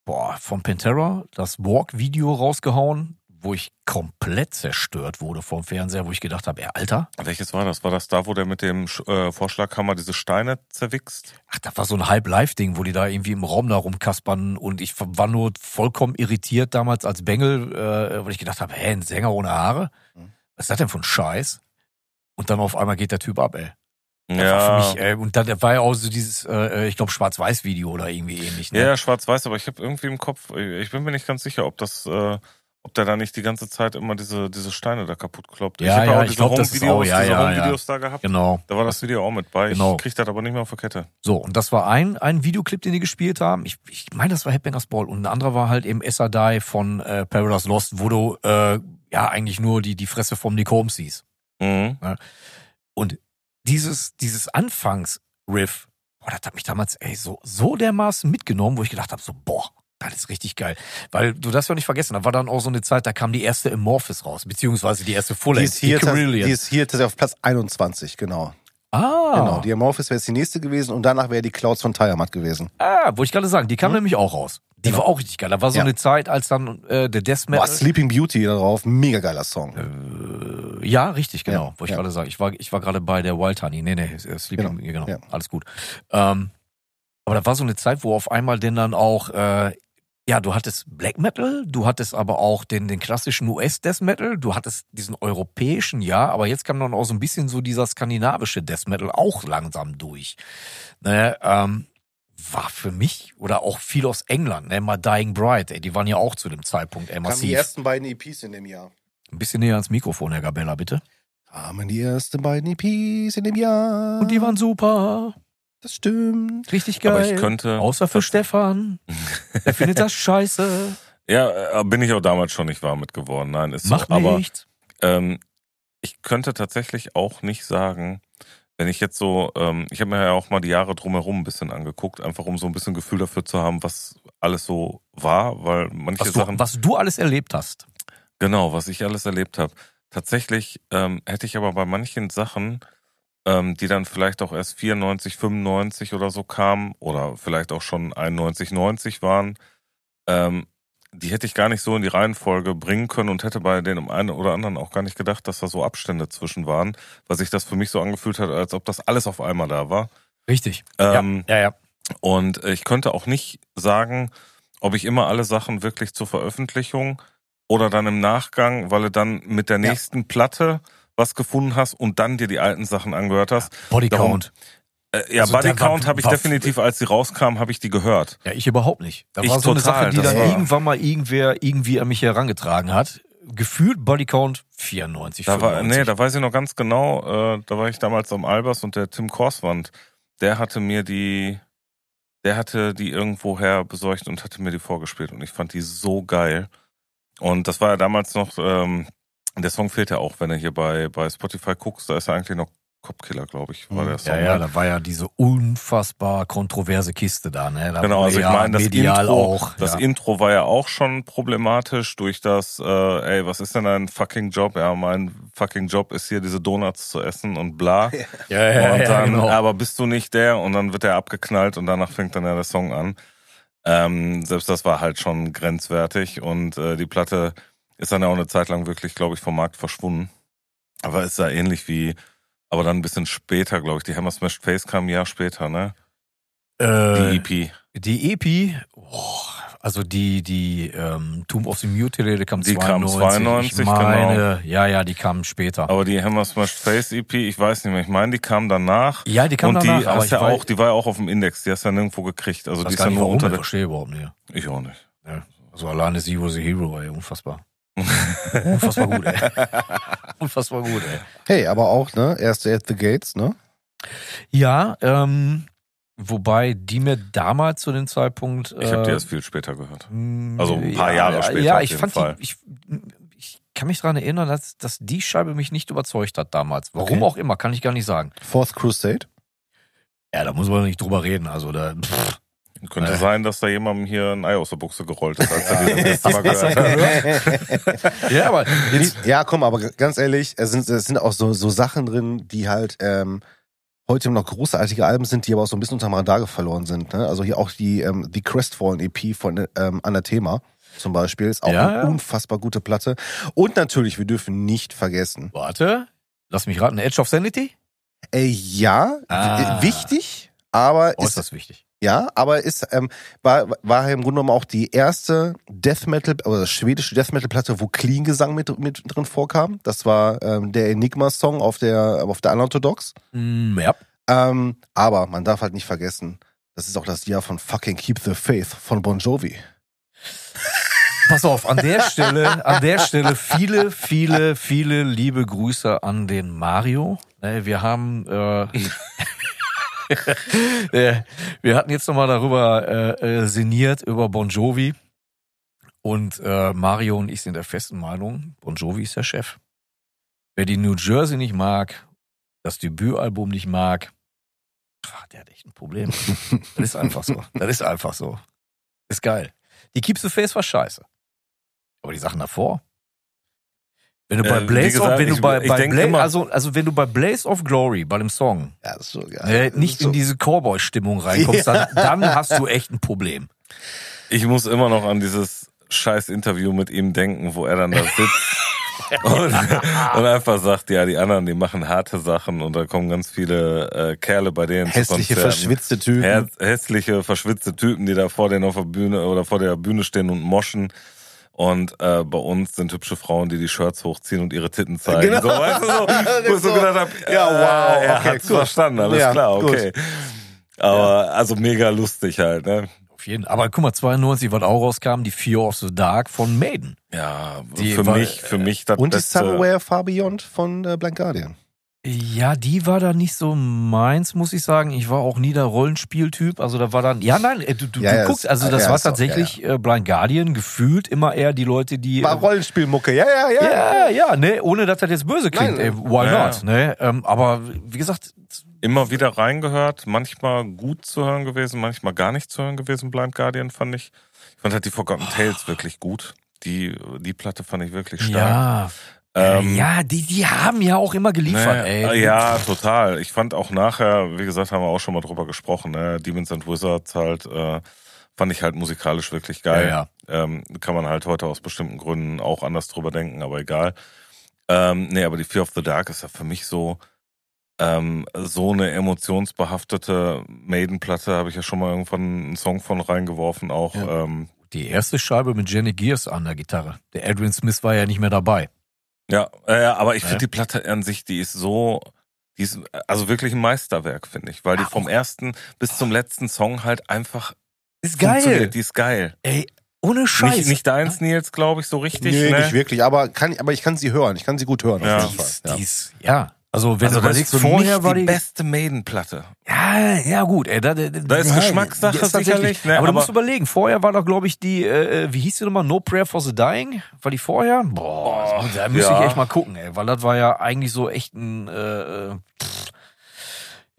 S4: boah, von Pantera das Walk-Video rausgehauen, wo ich komplett zerstört wurde vom Fernseher, wo ich gedacht habe, ey, Alter,
S5: Welches war das? War das da, wo der mit dem Sch- äh, Vorschlaghammer diese Steine zerwichst?
S4: Ach, das war so ein Halb-Live-Ding, wo die da irgendwie im Raum da rumkaspern und ich war nur vollkommen irritiert damals als Bengel, äh, weil ich gedacht habe, hä, ein Sänger ohne Haare? Was ist das denn für ein Scheiß? Und dann auf einmal geht der Typ ab, ey. Das war Für mich, ey. Und dann war ja auch so dieses, äh, ich glaube, Schwarz-Weiß-Video oder irgendwie ähnlich. Ne?
S5: Ja, ja, schwarz-weiß, aber ich habe irgendwie im Kopf, ich bin mir nicht ganz sicher, ob das, äh, ob der da nicht die ganze Zeit immer diese, diese Steine da kaputt kloppt.
S4: Ja,
S5: hab
S4: ja,
S5: auch
S4: ich
S5: diese
S4: glaub, das ist
S5: Home-Videos-
S4: auch- ja,
S5: diese
S4: ja, ja.
S5: Home-Videos da gehabt.
S4: Genau.
S5: Da war das Video auch mit bei.
S4: Genau.
S5: Ich krieg das aber nicht mehr auf der Kette.
S4: So, und das war ein, ein Videoclip, den die gespielt haben. Ich, ich meine, das war Headbangers Ball. Und ein anderer war halt eben Essadai von äh, Paradise Lost, wo du äh, ja eigentlich nur die, die Fresse vom Nick Holmes siehst.
S5: Mhm.
S4: Und dieses, dieses Anfangs-Riff, boah, das hat mich damals ey, so, so dermaßen mitgenommen, wo ich gedacht habe, so, boah, das ist richtig geil. Weil du das ja nicht vergessen, da war dann auch so eine Zeit, da kam die erste Amorphis raus, beziehungsweise die erste
S6: Die
S4: Full-Length,
S6: ist, hier, tats-
S4: Carillion.
S6: die ist hier tatsächlich auf Platz 21, genau.
S4: ah,
S6: Genau. Die Amorphis wäre jetzt die nächste gewesen und danach wäre die Clouds von Tiamat gewesen.
S4: ah, wollte ich gerade sagen, die kam nämlich auch raus. Die war auch richtig geil. Da war so
S6: Hm? Genau. Ja.
S4: eine Zeit, als dann äh, der Death
S6: Boah,
S4: Metal...
S6: Sleeping Beauty darauf, mega geiler Song.
S4: Ja, richtig, genau.
S6: Ja,
S4: Wollte ich
S6: ja.
S4: gerade sagen. Ich war, ich war gerade bei der Wild Honey. Nee, nee, äh, Sleeping, genau.
S6: ja.
S4: Alles gut. Ähm, aber da war so eine Zeit, wo auf einmal denn dann auch, äh, ja, du hattest Black Metal, du hattest aber auch den, den klassischen US-Death Metal, du hattest diesen europäischen, ja, aber jetzt kam dann auch so ein bisschen so dieser skandinavische Death Metal auch langsam durch. Ne, ähm, war für mich oder auch viel aus England, ne, mal Dying Bride, ey, die waren ja auch zu dem Zeitpunkt ey,
S6: Kamen die
S4: massiv.
S6: ersten beiden EPs in dem Jahr.
S4: Ein bisschen näher ans Mikrofon, Herr Gabella, bitte.
S6: Kamen die ersten beiden EPs in dem Jahr.
S4: Und die waren super.
S6: Das stimmt.
S4: Richtig geil.
S5: Aber ich könnte.
S4: Außer für Stefan. Der findet das scheiße.
S5: Ja, äh, bin ich auch damals schon nicht warm mit geworden. Nein, ist
S4: Macht
S5: so. Aber
S4: nichts.
S5: ähm, ich könnte tatsächlich auch nicht sagen, wenn ich jetzt so, ähm, ich habe mir ja auch mal die Jahre drumherum ein bisschen angeguckt, einfach um so ein bisschen Gefühl dafür zu haben, was alles so war, weil manche
S4: Was
S5: Sachen.
S4: du, was du alles erlebt hast.
S5: Genau, was ich alles erlebt habe. Tatsächlich ähm, hätte ich aber bei manchen Sachen, ähm, die dann vielleicht auch erst 94, 95 oder so kamen oder vielleicht auch schon 91, 90 waren, ähm, die hätte ich gar nicht so in die Reihenfolge bringen können und hätte bei den einen oder anderen auch gar nicht gedacht, dass da so Abstände zwischen waren, weil sich das für mich so angefühlt hat, als ob das alles auf einmal da war.
S4: Richtig.
S5: Ähm,
S4: ja, ja, ja.
S5: und äh, ich könnte auch nicht sagen, ob ich immer alle Sachen wirklich zur Veröffentlichung oder dann im Nachgang, weil du dann mit der
S6: Ja.
S5: nächsten Platte was gefunden hast und dann dir die alten Sachen angehört hast.
S4: Bodycount.
S5: Äh, ja,
S4: Also
S5: Body
S4: der war-
S5: Count habe ich
S4: war-
S5: definitiv, als die rauskam, habe ich die gehört.
S4: Ja, ich überhaupt nicht. Da
S5: Ich
S4: war so eine
S5: total,
S4: Sache, die
S5: das
S4: dann
S6: war-
S4: irgendwann mal irgendwer irgendwie an mich herangetragen hat. Gefühlt Bodycount 94.
S5: Da war,
S4: 95.
S5: nee, da weiß ich noch ganz genau, äh, da war ich damals am Albers und der Tim Korswand, der hatte mir die, der hatte die irgendwoher besorgt und hatte mir die vorgespielt und ich fand die so geil. Und das war ja damals noch, ähm, der Song fehlt ja auch, wenn du hier bei, bei Spotify guckst, da ist ja eigentlich noch Copkiller, glaube ich, war
S6: Mhm.
S5: der Song.
S4: Hm. ja, ja, da war ja diese unfassbar kontroverse Kiste da, ne? Da
S5: Genau,
S4: war
S5: also ich
S4: ja
S5: meine, das
S4: medial
S5: Intro,
S4: auch.
S5: das
S4: ja.
S5: Intro war ja auch schon problematisch durch das, äh, ey, was ist denn ein fucking Job? Ja, mein fucking Job ist hier diese Donuts zu essen und bla.
S4: ja, ja,
S5: und
S4: ja,
S5: dann,
S4: genau.
S5: aber bist du nicht der? Und dann wird er abgeknallt und danach fängt dann ja der Song an. Ähm, selbst das war halt schon grenzwertig und äh, die Platte ist dann ja auch eine Zeit lang wirklich, glaube ich, vom Markt verschwunden. Aber ist ja ähnlich wie, aber dann ein bisschen später, glaube ich. Die Hammer Smashed Face kam ein Jahr später, ne?
S4: Äh,
S5: Die E EP.
S4: Die EP, oh, also die, die ähm, Tomb of the Mutilated kam
S5: Die kam
S4: 92.
S5: 92,
S4: ich meine, ja, ja, die kamen später.
S5: Aber die Hammer Smashed Face EP, ich weiß nicht mehr. Ich meine, die kam danach.
S4: ja, die kamen
S5: und die
S4: danach, aber
S5: hast
S4: ich
S5: ja
S4: weiß,
S5: auch, die war ja auch auf dem Index, die hast du ja nirgendwo gekriegt. Also
S4: weiß
S5: die ist
S4: gar
S5: ja
S4: nicht
S5: nur
S4: warum,
S5: unter
S4: ich
S5: der.
S4: verstehe überhaupt nicht.
S5: Ich auch nicht.
S4: Also alleine Zero the Hero, ey, unfassbar. unfassbar gut, ey. unfassbar gut, ey.
S6: Hey, aber auch, ne? Erste at the Gates, ne?
S4: Ja, ähm, wobei die mir damals zu dem Zeitpunkt...
S5: Ich habe die
S4: äh,
S5: erst viel später gehört.
S4: Mm,
S5: Also ein paar Jahre später
S4: Ja,
S5: auf
S4: ich
S5: jeden
S4: fand
S5: Fall.
S4: Die, ich, ich kann mich daran erinnern, dass, dass die Scheibe mich nicht überzeugt hat damals. Warum
S6: Okay.
S4: auch immer, kann ich gar nicht sagen.
S6: Fourth Crusade.
S4: Ja, da muss man nicht drüber reden. Also da, pff,
S5: Könnte
S4: Äh.
S5: sein, dass da jemandem hier ein Ei aus der Buchse gerollt ist, als er die das erste Mal gehört hat.
S4: ja, aber jetzt,
S6: ja, komm, aber ganz ehrlich, es sind, es sind auch so, so Sachen drin, die halt ähm, heute noch großartige Alben sind, die aber auch so ein bisschen unterm Radar verloren sind. Ne? Also hier auch die, ähm, die Crestfallen EP von ähm, Anathema zum Beispiel ist auch
S4: Ja,
S6: eine
S4: ja.
S6: unfassbar gute Platte. Und natürlich, wir dürfen nicht vergessen,
S4: warte, lass mich raten. Edge of Sanity?
S6: äh, ja, w-
S4: Ah.
S6: äh, wichtig, aber
S4: Oh,
S6: ist
S4: ist das wichtig?
S6: Ja, aber ist, ähm, war, war im Grunde genommen auch die erste Death Metal, oder schwedische Death Metal Platte, wo Clean Gesang mit, mit drin vorkam. Das war ähm, der Enigma-Song auf der, auf der Unorthodox.
S4: Mm, ja.
S6: Ähm, aber man darf halt nicht vergessen, das ist auch das Jahr von fucking Keep the Faith von Bon Jovi.
S4: Pass auf, an der Stelle, an der Stelle viele, viele, viele liebe Grüße an den Mario. Ne, Wir haben, äh, äh, wir hatten jetzt nochmal darüber äh, äh, sinniert über Bon Jovi. Und äh, Mario und ich sind der festen Meinung, Bon Jovi ist der Chef. Wer die New Jersey nicht mag, das Debütalbum nicht mag, ach, der hat echt ein Problem. Das ist einfach so. Das ist einfach so. Ist geil. Die Keeps the Face war scheiße. Aber die Sachen davor. Wenn du bei
S5: Äh, wie
S4: Blaze
S5: gesagt,
S4: of, wenn
S5: ich-
S4: du bei,
S5: ich
S4: bei
S5: denk
S4: Blaze,
S5: immer-
S4: also, also wenn du bei Blaze of Glory, bei dem Song,
S6: Ja, das ist so geil.
S4: äh,
S6: Das
S4: nicht
S6: ist so.
S4: in diese Cowboy-Stimmung reinkommst, dann, dann hast du echt ein Problem.
S5: Ich muss immer noch an dieses scheiß Interview mit ihm denken, wo er dann da sitzt und, und einfach sagt, ja, die anderen, die machen harte Sachen und da kommen ganz viele äh, Kerle bei denen zu
S6: hässliche,
S5: Konzerten.
S6: verschwitzte Typen.
S5: Her hässliche, verschwitzte Typen, die da vor denen auf der Bühne oder vor der Bühne stehen und moschen. Und äh, bei uns sind hübsche Frauen, die die Shirts hochziehen und ihre Titten zeigen.
S6: Genau.
S5: So, weißt du, so, wo ich so
S6: So.
S5: gedacht habe,
S6: Ja, wow,
S5: er
S6: okay,
S5: hat's
S6: gut.
S5: verstanden, alles
S6: Ja,
S5: klar,
S6: gut.
S5: okay. Aber also mega lustig halt, ne?
S4: Auf jeden Aber guck mal, 92, was auch rauskam, die Fear of the Dark von Maiden.
S5: Ja,
S4: Die
S5: für
S4: war-
S5: mich, für mich das äh,
S6: Und die
S5: Beste.
S6: Somewhere Far Beyond von äh, Blank Guardian.
S4: Ja, die war da nicht so meins, muss ich sagen. Ich war auch nie der Rollenspieltyp. Also da war dann, ja nein, äh, du, du,
S6: Ja,
S4: du
S6: ja,
S4: guckst,
S6: ist-
S4: also
S6: ja,
S4: das
S6: ja,
S4: war
S6: ist auch-
S4: tatsächlich äh, Blind Guardian gefühlt immer eher die Leute, die...
S6: War
S4: äh,
S6: Rollenspielmucke, ja, ja, ja.
S4: ja, ja, ne, ohne dass das jetzt böse klingt.
S6: Nein,
S4: ey, why
S5: ja,
S4: not? Ne? Ähm, aber wie gesagt,
S5: Immer wieder reingehört, manchmal gut zu hören gewesen, manchmal gar nicht zu hören gewesen, Blind Guardian fand ich. Ich fand halt die Forgotten
S6: Ah.
S5: Tales wirklich gut. Die, die Platte fand ich wirklich
S4: ja,
S5: stark. Ähm,
S4: ja, die, die haben ja auch immer geliefert,
S5: ne,
S4: ey.
S5: Ja, total. Ich fand auch nachher, wie gesagt, haben wir auch schon mal drüber gesprochen, ne? Demons and Wizards halt, äh, fand ich halt musikalisch wirklich geil.
S4: Ja,
S5: Ähm, kann man halt heute aus bestimmten Gründen auch anders drüber denken, aber egal. Ähm, nee, aber die Fear of the Dark ist ja für mich so, ähm, so eine emotionsbehaftete Maiden-Platte, habe ich ja schon mal irgendwann einen Song von reingeworfen, auch.
S4: Ja.
S5: Ähm,
S4: Die erste Scheibe mit Jenny Gears an der Gitarre. Der Edwin Smith war ja nicht mehr dabei.
S5: ja äh, aber ich
S4: Ja.
S5: finde die Platte an sich, die ist so, die ist also wirklich ein Meisterwerk, finde ich, weil die
S4: oh.
S5: vom ersten bis zum letzten Song halt einfach
S4: Ist
S5: funktioniert. Die ist geil.
S4: Ey, ohne Scheiß.
S5: Nicht, nicht deins, Nils, glaube ich, so richtig.
S6: Nee,
S5: ne?
S6: nicht wirklich, aber, kann, aber ich kann sie hören. Ich kann sie gut hören,
S5: Ja.
S6: auf jeden Fall.
S4: Dies,
S6: Ja.
S4: dies, ja. Also wenn
S5: Also
S4: du
S5: das
S4: überlegst,
S5: ist für mich
S4: vorher war
S5: die
S4: die,
S5: beste Maiden-Platte.
S4: ja, ja gut, ey, da, da,
S5: Da ist
S4: ja,
S5: Geschmackssache
S4: das ist tatsächlich-
S5: sicherlich, ne,
S4: aber, du
S5: aber-
S4: musst überlegen, vorher war doch, glaube ich, die, äh, wie hieß die nochmal, No Prayer for the Dying? War die vorher? Boah, also,
S5: Oh,
S4: da müsste
S5: ja.
S4: ich echt mal gucken, ey, weil das war ja eigentlich so echt ein, äh, äh, pff,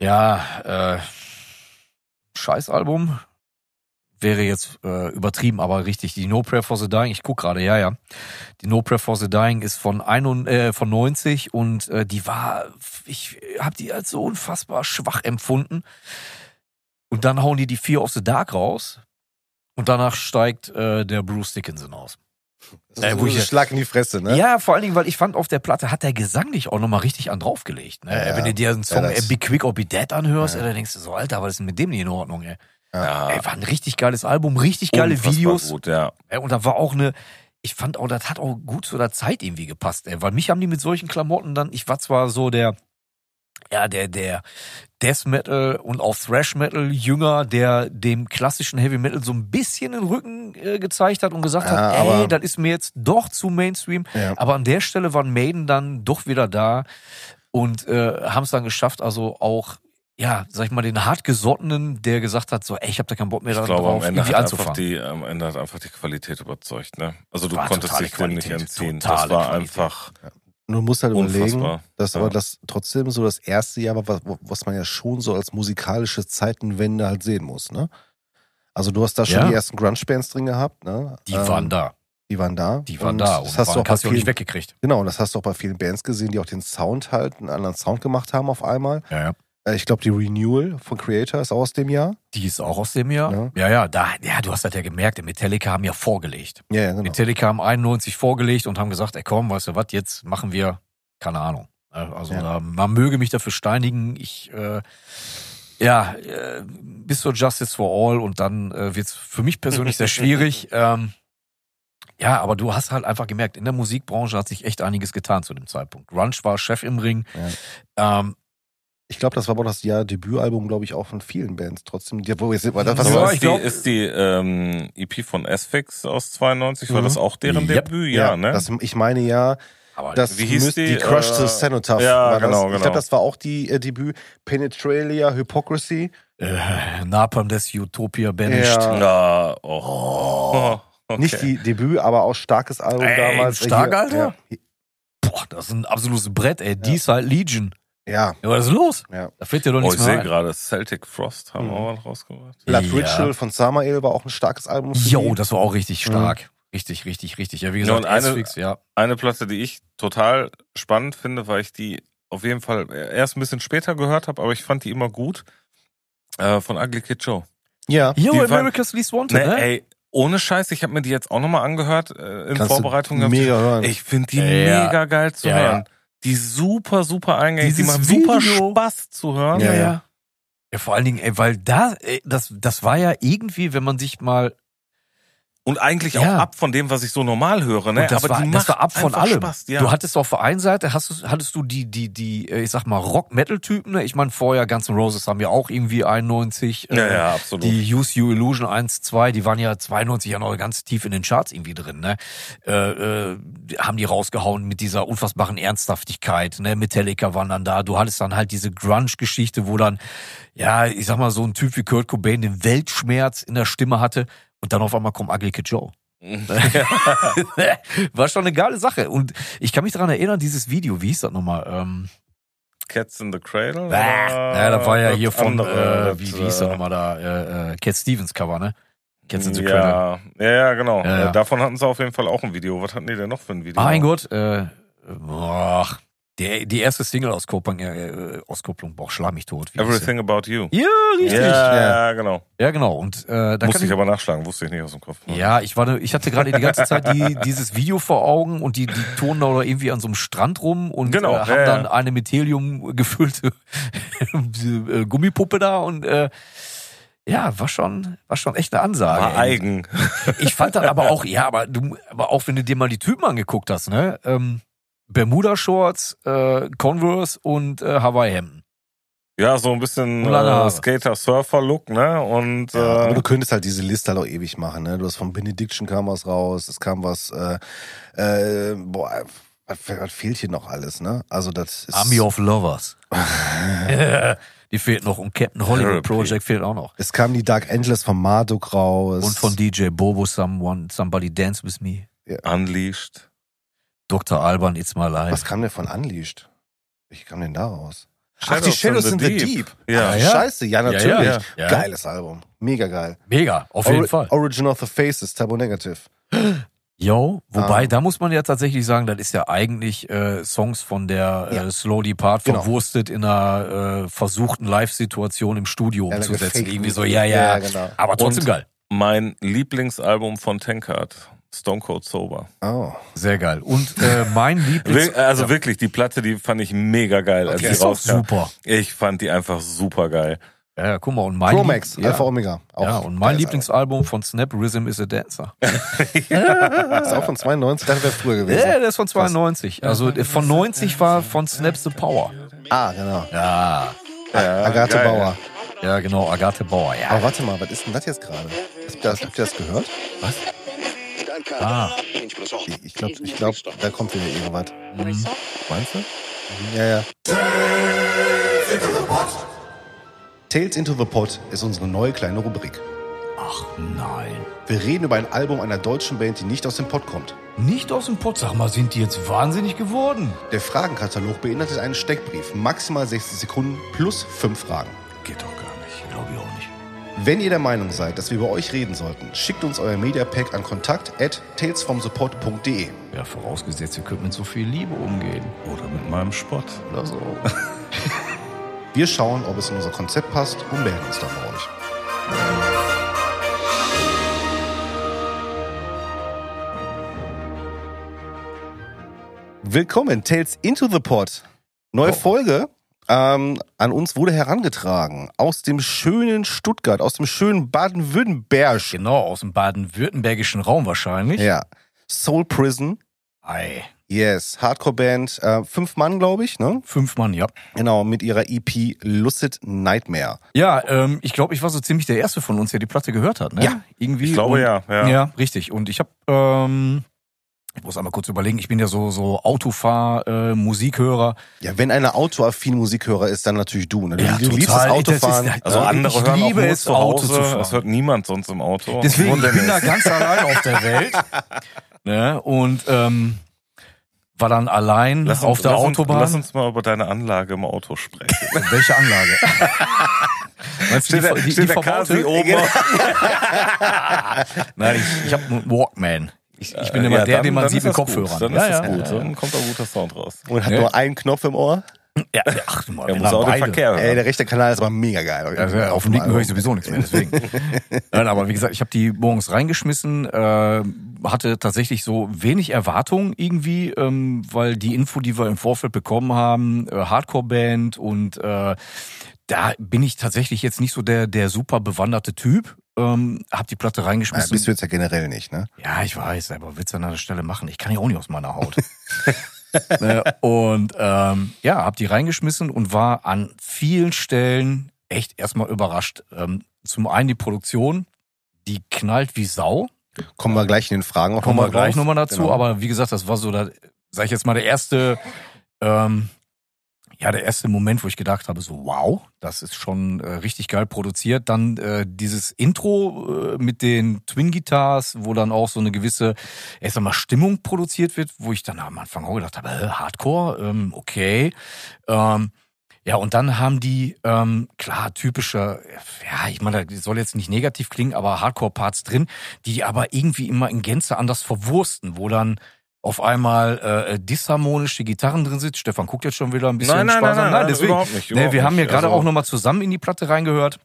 S4: ja, äh, Scheißalbum. Wäre jetzt äh, übertrieben, aber richtig. Die No Prayer for the Dying, ich guck gerade, ja, ja. Die No Prayer for the Dying ist von, einund, äh, von 90 und äh, die war, ich habe die als so unfassbar schwach empfunden. Und dann hauen die die Fear of the Dark raus und danach steigt äh, der Bruce Dickinson aus.
S6: Das
S4: Äh,
S6: ist
S4: wo
S6: so
S4: ich-
S6: ein Schlag in die Fresse, ne?
S4: Ja, vor allen Dingen, weil ich fand, auf der Platte hat der Gesang dich auch nochmal richtig an draufgelegt. Ne?
S6: Ja,
S4: Wenn du dir einen Song
S6: ja,
S4: äh,
S6: das-
S4: Be Quick or Be Dead anhörst,
S6: Ja. Ah.
S4: ey, dann denkst du so, Alter, was ist denn mit dem nicht in Ordnung, ey?
S5: Ja,
S4: Ey, war ein richtig geiles Album, richtig
S6: Oh,
S4: geile
S5: unfassbar
S4: Videos.
S5: Gut, ja.
S4: Ey, Äh, und da war auch eine, ich fand auch, das hat auch gut zu der Zeit irgendwie gepasst, ey, weil mich haben die mit solchen Klamotten dann, ich war zwar so der, ja, der, der Death Metal und auch Thrash Metal Jünger, der dem klassischen Heavy Metal so ein bisschen den Rücken äh, gezeigt hat und gesagt
S6: Ja,
S4: hat,
S6: aber-
S4: ey, das ist mir jetzt doch zu Mainstream.
S6: Ja.
S4: Aber an der Stelle waren Maiden dann doch wieder da und äh, haben es dann geschafft, also auch, ja, sag ich mal, den hartgesottenen, der gesagt hat, so, ey, ich hab da keinen Bock mehr
S5: Ich
S4: da
S5: glaube, am
S4: drauf,
S5: Ende,
S4: irgendwie
S5: hat einfach
S4: anzufangen.
S5: die, am Ende hat einfach die Qualität überzeugt. Ne? Also du
S4: War
S5: konntest
S4: totale
S5: dich dem nicht
S4: Qualität,
S5: entziehen.
S4: totale
S5: Das war
S4: Qualität.
S5: einfach
S6: Nur musst halt überlegen,
S5: unfassbar.
S6: dass
S5: Ja.
S6: aber das trotzdem so das erste Jahr war, was, was man ja schon so als musikalische Zeitenwende halt sehen muss, ne? Also du hast da schon
S4: Ja.
S6: die ersten Grunge-Bands drin gehabt, ne?
S4: Die
S6: Ähm,
S4: waren da.
S6: Die waren da.
S4: Die waren da und
S6: das hast du auch
S4: waren,
S6: bei
S4: hast du auch nicht
S6: vielen,
S4: weggekriegt.
S6: genau, und das hast du auch bei vielen Bands gesehen, die auch den Sound halt, einen anderen Sound gemacht haben auf einmal.
S4: Ja, ja.
S6: Äh, Ich glaube, die Renewal von Creator ist auch aus dem Jahr.
S4: Die ist auch aus dem Jahr. Ja,
S6: Ja.
S4: ja, da, ja du hast das ja gemerkt, die Metallica haben ja vorgelegt.
S6: Ja, ja, genau.
S4: Metallica haben 91 vorgelegt und haben gesagt, ey komm, weißt du was, jetzt machen wir, keine Ahnung. Äh, Also
S6: Ja.
S4: da, man möge mich dafür steinigen, ich, äh, ja, äh, bis zur Justice for All und dann äh, wird's für mich persönlich sehr schwierig. Ähm, ja, aber du hast halt einfach gemerkt, in der Musikbranche hat sich echt einiges getan zu dem Zeitpunkt. Grunge war Chef im Ring. Ähm,
S6: Ich glaube, das war aber das Jahr Debütalbum, glaube ich, auch von vielen Bands. Trotzdem, die- wo jetzt, was
S5: Was
S4: Ja,
S5: war
S6: war
S4: ich
S5: ist,
S4: glaub-
S5: die, ist die ähm, EP von S-Fix aus 92? War
S6: Mhm.
S5: das auch deren
S4: Yep.
S5: Debüt? Ja, ne?
S6: Das, ich meine ja,
S4: Aber
S6: das
S5: Wie hieß
S6: müsst-
S5: die?
S6: die Crush
S5: Äh,
S6: the Cenotaph.
S5: ja,
S6: war das.
S5: genau,
S6: Ich
S5: genau.
S6: glaube, das war auch die äh, Debüt. Penetralia, Hypocrisy.
S4: äh, Napalm des Utopia banished.
S6: Ja.
S5: ja, oh. Okay.
S6: Nicht die Debüt, aber auch starkes Album
S4: Ey,
S6: damals. Äh,
S4: stark,
S6: hier-
S4: Alter.
S6: Ja,
S4: Boah, das ist ein absolutes Brett, ey. Die ist halt Legion.
S6: ja.
S4: Ja, was ist los?
S6: Ja.
S4: Da fällt dir doch
S5: Oh,
S4: nichts
S5: ich
S4: mehr
S5: sehe
S4: ein.
S5: gerade, Celtic Frost haben
S6: Mhm.
S5: wir auch rausgebracht.
S6: Blood
S4: Ja.
S6: Ritual von Samael war auch ein starkes Album. für
S4: Jo,
S6: die.
S4: das war auch richtig
S6: Mhm.
S4: stark. Richtig, richtig, richtig. Ja, wie
S5: Ja,
S4: gesagt,
S5: und eine-
S4: S-Fix, ja.
S5: Eine Platte, die ich total spannend finde, weil ich die auf jeden Fall erst ein bisschen später gehört habe, aber ich fand die immer gut. Äh, von Ugly Kid Joe.
S6: ja.
S4: Yo,
S5: die war-
S4: America's Least Wanted,
S5: Nee,
S4: ne?
S5: Ey, ohne Scheiß, ich habe mir die jetzt auch nochmal angehört äh, in
S6: Kannst du
S5: Vorbereitung. gehabt.
S6: Mega hören.
S5: Ich finde die
S4: Ja.
S5: mega geil zu
S4: Ja, ja.
S5: hören. Die ist super, super eingängig. Die
S4: Dieses
S5: macht super
S4: Video.
S5: Spaß zu hören.
S6: Ja, ja.
S4: Ja, vor allen Dingen, ey, weil da, ey, das, das war ja irgendwie, wenn man sich mal,
S5: Und eigentlich
S4: Ja.
S5: auch ab von dem, was ich so normal höre. Ne?
S4: und das,
S5: Aber
S4: war,
S5: die macht
S4: das war ab von
S5: einfach
S4: allem.
S5: Spaß. Ja.
S4: Du hattest auf der einen Seite, hast du, hattest du die, die, die, äh, ich sag mal, Rock-Metal-Typen, ne? Ich meine, vorher Guns N' Roses haben ja auch irgendwie 91, äh,
S5: ja, ja, absolut.
S4: die Use You Illusion 1, 2, die waren ja 92 ja noch ganz tief in den Charts irgendwie drin, ne? Äh, äh, die haben die rausgehauen mit dieser unfassbaren Ernsthaftigkeit, ne? Metallica waren dann da. Du hattest dann halt diese Grunge-Geschichte, wo dann, ja, ich sag mal, so ein Typ wie Kurt Cobain den Weltschmerz in der Stimme hatte und dann auf einmal kommt Ugly Kid Joe. War schon eine geile Sache. Und ich kann mich daran erinnern, dieses Video, wie hieß das nochmal? Ähm,
S5: Cats in the Cradle.
S4: Bah, ja, das Ah, war ja hier
S5: das
S4: von,
S5: andere,
S4: äh, wie,
S5: das,
S4: wie hieß er
S5: äh,
S4: nochmal da, äh, äh, Cat Stevens Cover, ne? Cats in the Cradle.
S5: ja. ja, ja, genau.
S4: Ja, ja.
S5: Äh, Davon hatten sie auf jeden Fall auch ein Video. Was hatten die denn noch für ein Video?
S4: Mein Gott, äh, boah, der, die erste Single-Auskopplung, äh, äh, Auskopplung, boah, schlag mich tot. Wie hieß
S5: Everything About You.
S4: der? Ja, richtig.
S5: Ja, ja, genau.
S4: Ja, genau. Und äh, da
S5: Musste
S4: kann
S5: ich aber nachschlagen, wusste ich nicht aus dem Kopf.
S4: ja, ich war, ich hatte gerade die ganze Zeit die, dieses Video vor Augen und die, die turnen da irgendwie an so einem Strand rum und
S5: Genau,
S4: äh, haben
S5: ja, ja.
S4: dann eine mit Helium gefüllte äh, Gummipuppe da und äh, ja, war schon, war schon echt eine Ansage.
S5: War eigen.
S4: Ich fand dann aber auch, ja, aber du, aber auch wenn du dir mal die Typen angeguckt hast, ne? Ähm, Bermuda Shorts, äh, Converse und äh, Hawaii Hemden.
S5: Ja, so ein bisschen
S4: Und lange Haare.
S5: äh, Skater-Surfer-Look, ne? Und
S6: Ja, aber
S5: äh,
S6: du könntest halt diese Liste halt auch ewig machen. Ne? Du hast von Benediction kam was raus, es kam was, äh, äh, boah, was, was fehlt hier noch alles, ne? Also das ist.
S4: Army of Lovers. die fehlt noch und Captain Hollywood
S5: Therapy.
S4: Project fehlt auch noch.
S6: Es kam die Dark Endless von Marduk raus.
S4: Und von DJ Bobo Someone, Somebody Dance With Me.
S5: Unleashed.
S4: Dr. Alban, It's My Life.
S6: Was kam denn von Unleashed? Wie kam denn da raus?
S5: Shadows in the Deep. Ja.
S6: Ach,
S4: Ja.
S6: Scheiße, ja,
S4: Ja,
S6: natürlich.
S4: ja, ja.
S6: Geiles Album. Mega geil.
S4: Mega, auf jeden
S6: Ori-
S4: Fall.
S6: Origin of the Faces, Turbo Negative.
S4: Jo, wobei,
S6: Ah.
S4: da muss man ja tatsächlich sagen, das ist ja eigentlich äh, Songs von der
S6: Ja.
S4: äh, Slow Depart
S6: Genau.
S4: verwurstet in einer äh, versuchten Live-Situation im Studio
S6: Ja, da
S4: umzusetzen.
S6: gefaked
S4: Oh, Irgendwie so,
S6: Musik.
S4: ja, ja.
S6: Ja, genau.
S4: Aber trotzdem
S5: Und-
S4: geil.
S5: Mein Lieblingsalbum von Tankard. Stone Cold Sober.
S6: Oh.
S4: Sehr geil. Und äh, mein Lieblings...
S5: Wir, also wirklich, die Platte, die fand ich mega geil, als
S4: die
S5: die
S4: ist auch
S5: rauskam.
S4: super.
S5: Ich fand die einfach super geil.
S4: Ja, ja, guck mal. Und mein
S6: Chromax,
S4: Lieb- ja.
S6: äh, Alpha Omega. Auch
S4: ja, und mein
S6: geiles
S4: Lieblingsalbum von Snap Rhythm is a Dancer.
S6: Album. Ist auch von 92, das wäre früher
S4: Ja,
S6: gewesen.
S4: der ist von 92. Also äh, von 90 war von Snap the Power.
S6: Ah, genau.
S4: Ja,
S5: Ja,
S6: Agathe
S5: geil.
S6: Bauer.
S4: ja genau. Agathe Bauer, ja.
S6: Aber warte mal, was ist denn das jetzt gerade? Habt ihr das, habt ihr das gehört?
S4: Ah.
S6: Ich- Ich glaube, ich glaub, da kommt wieder irgendwas.
S4: Mhm.
S6: Meinst du? Ja, ja. Tales into the Pot ist unsere neue kleine Rubrik.
S4: Ach nein.
S6: Wir reden über ein Album einer deutschen Band, die nicht aus dem Pott kommt.
S4: Nicht aus dem Pott, sag mal, sind die jetzt wahnsinnig geworden?
S6: Der Fragenkatalog beinhaltet einen Steckbrief, maximal 60 Sekunden plus 5 Fragen.
S4: Geht doch gar nicht, glaube ich auch nicht.
S6: Wenn ihr der Meinung seid, dass wir über euch reden sollten, schickt uns euer Mediapack an kontakt at talesfromsupport.de.
S4: Ja, vorausgesetzt, ihr könnt mit so viel Liebe umgehen.
S5: Oder mit meinem Spott.
S4: Oder so.
S6: Wir schauen, ob es in unser Konzept passt und melden uns dann bei euch. Willkommen, Tales into the Pod. Neue Folge. Ähm, an uns wurde herangetragen aus dem schönen Stuttgart, aus dem schönen Baden-Württemberg.
S4: genau, aus dem baden-württembergischen Raum wahrscheinlich.
S6: Ja. Soul Prison,
S4: Ei.
S6: Yes, Hardcore-Band, äh, fünf Mann, glaube ich, ne?
S4: Fünf Mann, ja.
S6: Genau, mit ihrer EP Lucid Nightmare.
S4: Ja, ähm, ich glaube, ich war so ziemlich der Erste von uns, der die Platte gehört hat. Ne?
S6: Ja.
S4: irgendwie.
S5: Ich glaube
S4: und,
S5: ja, ja.
S4: ja. richtig. Und ich habe, ähm, ich muss einmal kurz überlegen, ich bin ja so, so Autofahr, äh, Musikhörer.
S6: Ja, wenn einer autoaffin Musikhörer ist, dann natürlich du. Ne? Du,
S4: Ja,
S6: du liebst das
S4: total.
S6: Autofahren.
S4: Das ist-
S5: Also
S4: Ich
S5: andere hören
S4: liebe
S5: auch nur
S4: es,
S5: zu
S4: Auto
S5: Hause.
S4: zu fahren.
S5: Das hört niemand sonst im Auto.
S4: Deswegen,
S5: Nur
S4: ich bin da
S5: Dennis.
S4: ganz allein auf der Welt. Ne? Und ähm, war dann allein
S5: Lass uns,
S4: auf der
S5: lass
S4: Autobahn.
S5: Uns, lass uns mal über deine Anlage im Auto sprechen.
S4: Welche Anlage? Meinst du die, ver- die, genau. die verbaute?
S5: oben? auf?
S4: Nein, ich, ich habe einen Walkman. Ich, ich bin immer
S5: Äh, Ja,
S4: der,
S5: dann-
S4: den man
S5: dann
S4: sieht
S5: ist
S4: mit
S5: das gut.
S4: Kopfhörern.
S5: Dann
S4: ja,
S5: ist das
S4: ja.
S5: gut. Dann kommt ein guter Sound raus.
S6: Und hat
S4: Ja.
S6: nur einen Knopf im Ohr.
S4: Ja, ja, ach, mal,
S5: Er muss auch den Verkehr hören.
S6: Ey, der rechte Kanal ist aber mega geil.
S4: Also auf dem linken höre ich sowieso nichts mehr, deswegen. Nein, aber wie gesagt, ich habe die morgens reingeschmissen, äh, hatte tatsächlich so wenig Erwartung irgendwie, ähm, weil die Info, die wir im Vorfeld bekommen haben, äh, Hardcore-Band und äh, da bin ich tatsächlich jetzt nicht so der, der super bewanderte Typ. Ähm, hab die Platte
S6: Ja,
S4: reingeschmissen.
S6: Ah, bist du jetzt ja generell nicht, ne?
S4: Ja, ich weiß, aber willst du an einer Stelle machen? Ich kann ja auch nicht aus meiner Haut. ne? Und ähm, ja, hab die reingeschmissen und war an vielen Stellen echt erstmal überrascht. Ähm, zum einen die Produktion, die knallt wie Sau.
S6: Kommen wir gleich in den Fragen auch
S4: Kommen wir
S6: nochmal
S4: gleich
S6: drauf.
S4: nochmal dazu.
S6: Genau.
S4: Aber wie gesagt, das war so, da, sag ich jetzt mal, der erste, ähm, ja, der erste Moment, wo ich gedacht habe, so wow, das ist schon äh, richtig geil produziert. Dann äh, dieses Intro äh, mit den Twin Guitars, wo dann auch so eine gewisse, erst einmal Stimmung produziert wird, wo ich dann am Anfang auch gedacht habe, äh, Hardcore, ähm, okay. Ähm, ja, und dann haben die, ähm, klar, typische, ja, ich meine, das soll jetzt nicht negativ klingen, aber Hardcore-Parts drin, die aber irgendwie immer in Gänze anders verwursten, wo dann auf einmal äh, disharmonische Gitarren drin sind. Stefan guckt jetzt schon wieder ein bisschen sparsam. deswegen.
S5: überhaupt nicht.
S4: Nee,
S5: überhaupt
S4: wir haben ja
S5: nicht.
S4: gerade
S5: Also,
S4: auch nochmal zusammen in die Platte reingehört.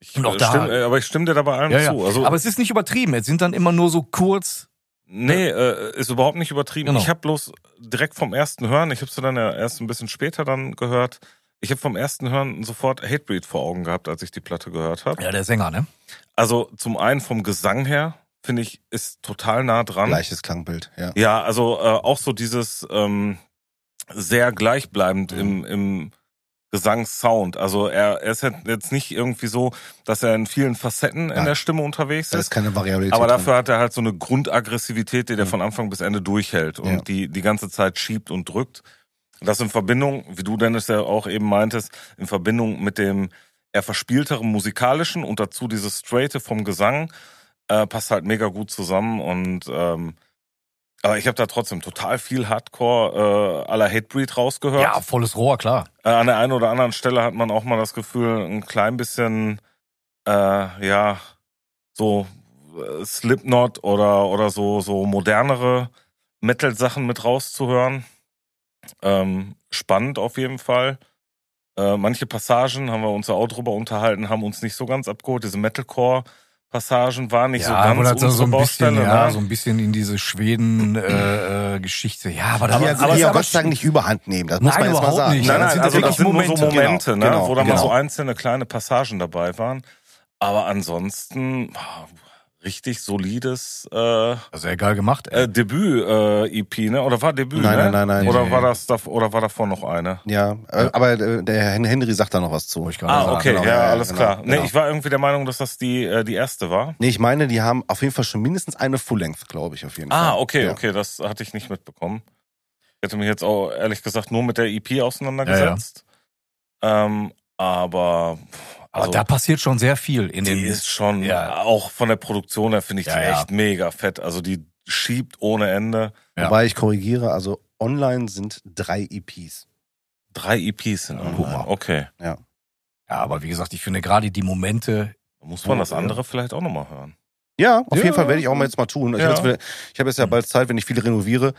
S5: ich,
S4: und auch
S5: äh,
S4: da-
S5: Stimm, äh, aber ich stimme dir da bei allem
S4: Ja, ja.
S5: zu. Also,
S4: aber es ist nicht übertrieben. Es sind dann immer nur so kurz.
S5: nee, äh, ist überhaupt nicht übertrieben.
S4: Genau.
S5: Ich habe bloß direkt vom ersten Hören, ich habe es dann ja erst ein bisschen später dann gehört, ich habe vom ersten Hören sofort Hatebreed vor Augen gehabt, als ich die Platte gehört habe.
S4: Ja, der Sänger, ne?
S5: Also zum einen vom Gesang her, finde ich, ist total nah dran.
S6: Gleiches Klangbild, ja.
S5: Ja, also äh, auch so dieses ähm, sehr gleichbleibend im, im Gesangssound. Also er, er ist jetzt nicht irgendwie so, dass er in vielen Facetten in
S6: Nein.
S5: der Stimme unterwegs
S6: Da ist
S5: ist.
S6: keine Variabilität.
S5: Aber
S6: drin.
S5: dafür hat er halt so eine Grundaggressivität, die der von Anfang bis Ende durchhält und
S6: Ja.
S5: die die ganze Zeit schiebt und drückt. Das in Verbindung, wie du Dennis ja auch eben meintest, in Verbindung mit dem eher verspielteren musikalischen und dazu dieses Straighte vom Gesang äh, passt halt mega gut zusammen und ähm, aber ich habe da trotzdem total viel Hardcore äh, aller Hatebreed rausgehört.
S4: Ja, volles Rohr, klar.
S5: Äh, an der einen oder anderen Stelle hat man auch mal das Gefühl, ein klein bisschen, äh, ja, so äh, Slipknot oder, oder so, so modernere Metal-Sachen mit rauszuhören. Ähm, spannend auf jeden Fall. Äh, manche Passagen haben wir uns ja auch drüber unterhalten, haben uns nicht so ganz abgeholt. Diese Metalcore-Passagen waren nicht so
S4: aber
S5: ganz
S4: das ist so
S5: unsere
S4: ein bisschen,
S5: Baustelle.
S4: ja,
S5: ne?
S4: so ein bisschen in diese Schweden-Geschichte. ja, aber da
S6: die ja,
S4: aber
S6: die ja
S4: aber-
S6: Gott sei Dank Also nicht überhand nehmen. Das muss
S4: Nein,
S6: man jetzt mal
S4: überhaupt
S6: sagen. ne?
S4: nicht.
S5: Nein,
S4: Ja, das
S5: nein,
S4: sind
S5: also
S4: wirklich
S5: das sind nur so
S4: Momente.
S5: Momente, ne,
S6: Genau,
S5: wo da mal
S6: genau.
S5: so einzelne kleine Passagen dabei waren. Aber ansonsten boah, richtig solides äh,
S4: Sehr geil gemacht, ey.
S5: äh, Debüt äh, EP, ne? Oder war Debüt?
S6: Nein,
S5: ne?
S6: nein, nein, nein.
S5: Oder
S4: Nee.
S5: war das da, oder war davor noch eine?
S6: Ja, äh, aber äh, der Hen- Henry sagt da noch was zu.
S4: Wollte Oh, ich gerade
S5: Ah,
S4: sagen.
S5: okay,
S6: genau,
S5: ja,
S6: ja,
S5: alles
S6: genau,
S5: klar. Nee,
S6: genau.
S5: ich war irgendwie der Meinung, dass das die äh, die erste war.
S6: Nee, ich meine, die haben auf jeden Fall schon mindestens eine Full-Length, glaube ich, auf jeden Fall.
S5: Ah, okay,
S6: ja.
S5: okay, das hatte ich nicht mitbekommen. Ich hätte mich jetzt auch ehrlich gesagt nur mit der EP auseinandergesetzt. Ähm, aber pff,
S4: aber da passiert schon sehr viel in
S5: also Die
S4: den.
S5: ist schon,
S4: Ja.
S5: auch von der Produktion her finde ich
S4: Ja,
S5: die
S4: ja.
S5: echt mega fett. Also die schiebt ohne Ende.
S4: Ja.
S6: Wobei ich korrigiere, also online sind drei E EPs.
S5: Drei EPs sind online.
S4: guck mal.
S5: Okay.
S4: ja, aber wie gesagt, ich finde gerade die Momente.
S5: Da muss man das andere vielleicht auch nochmal hören.
S6: Ja, auf
S4: Ja.
S6: jeden Fall werde ich auch mal jetzt mal tun. Ich
S5: Ja.
S6: habe jetzt, wieder- ich hab jetzt ja bald Zeit, wenn ich viel renoviere,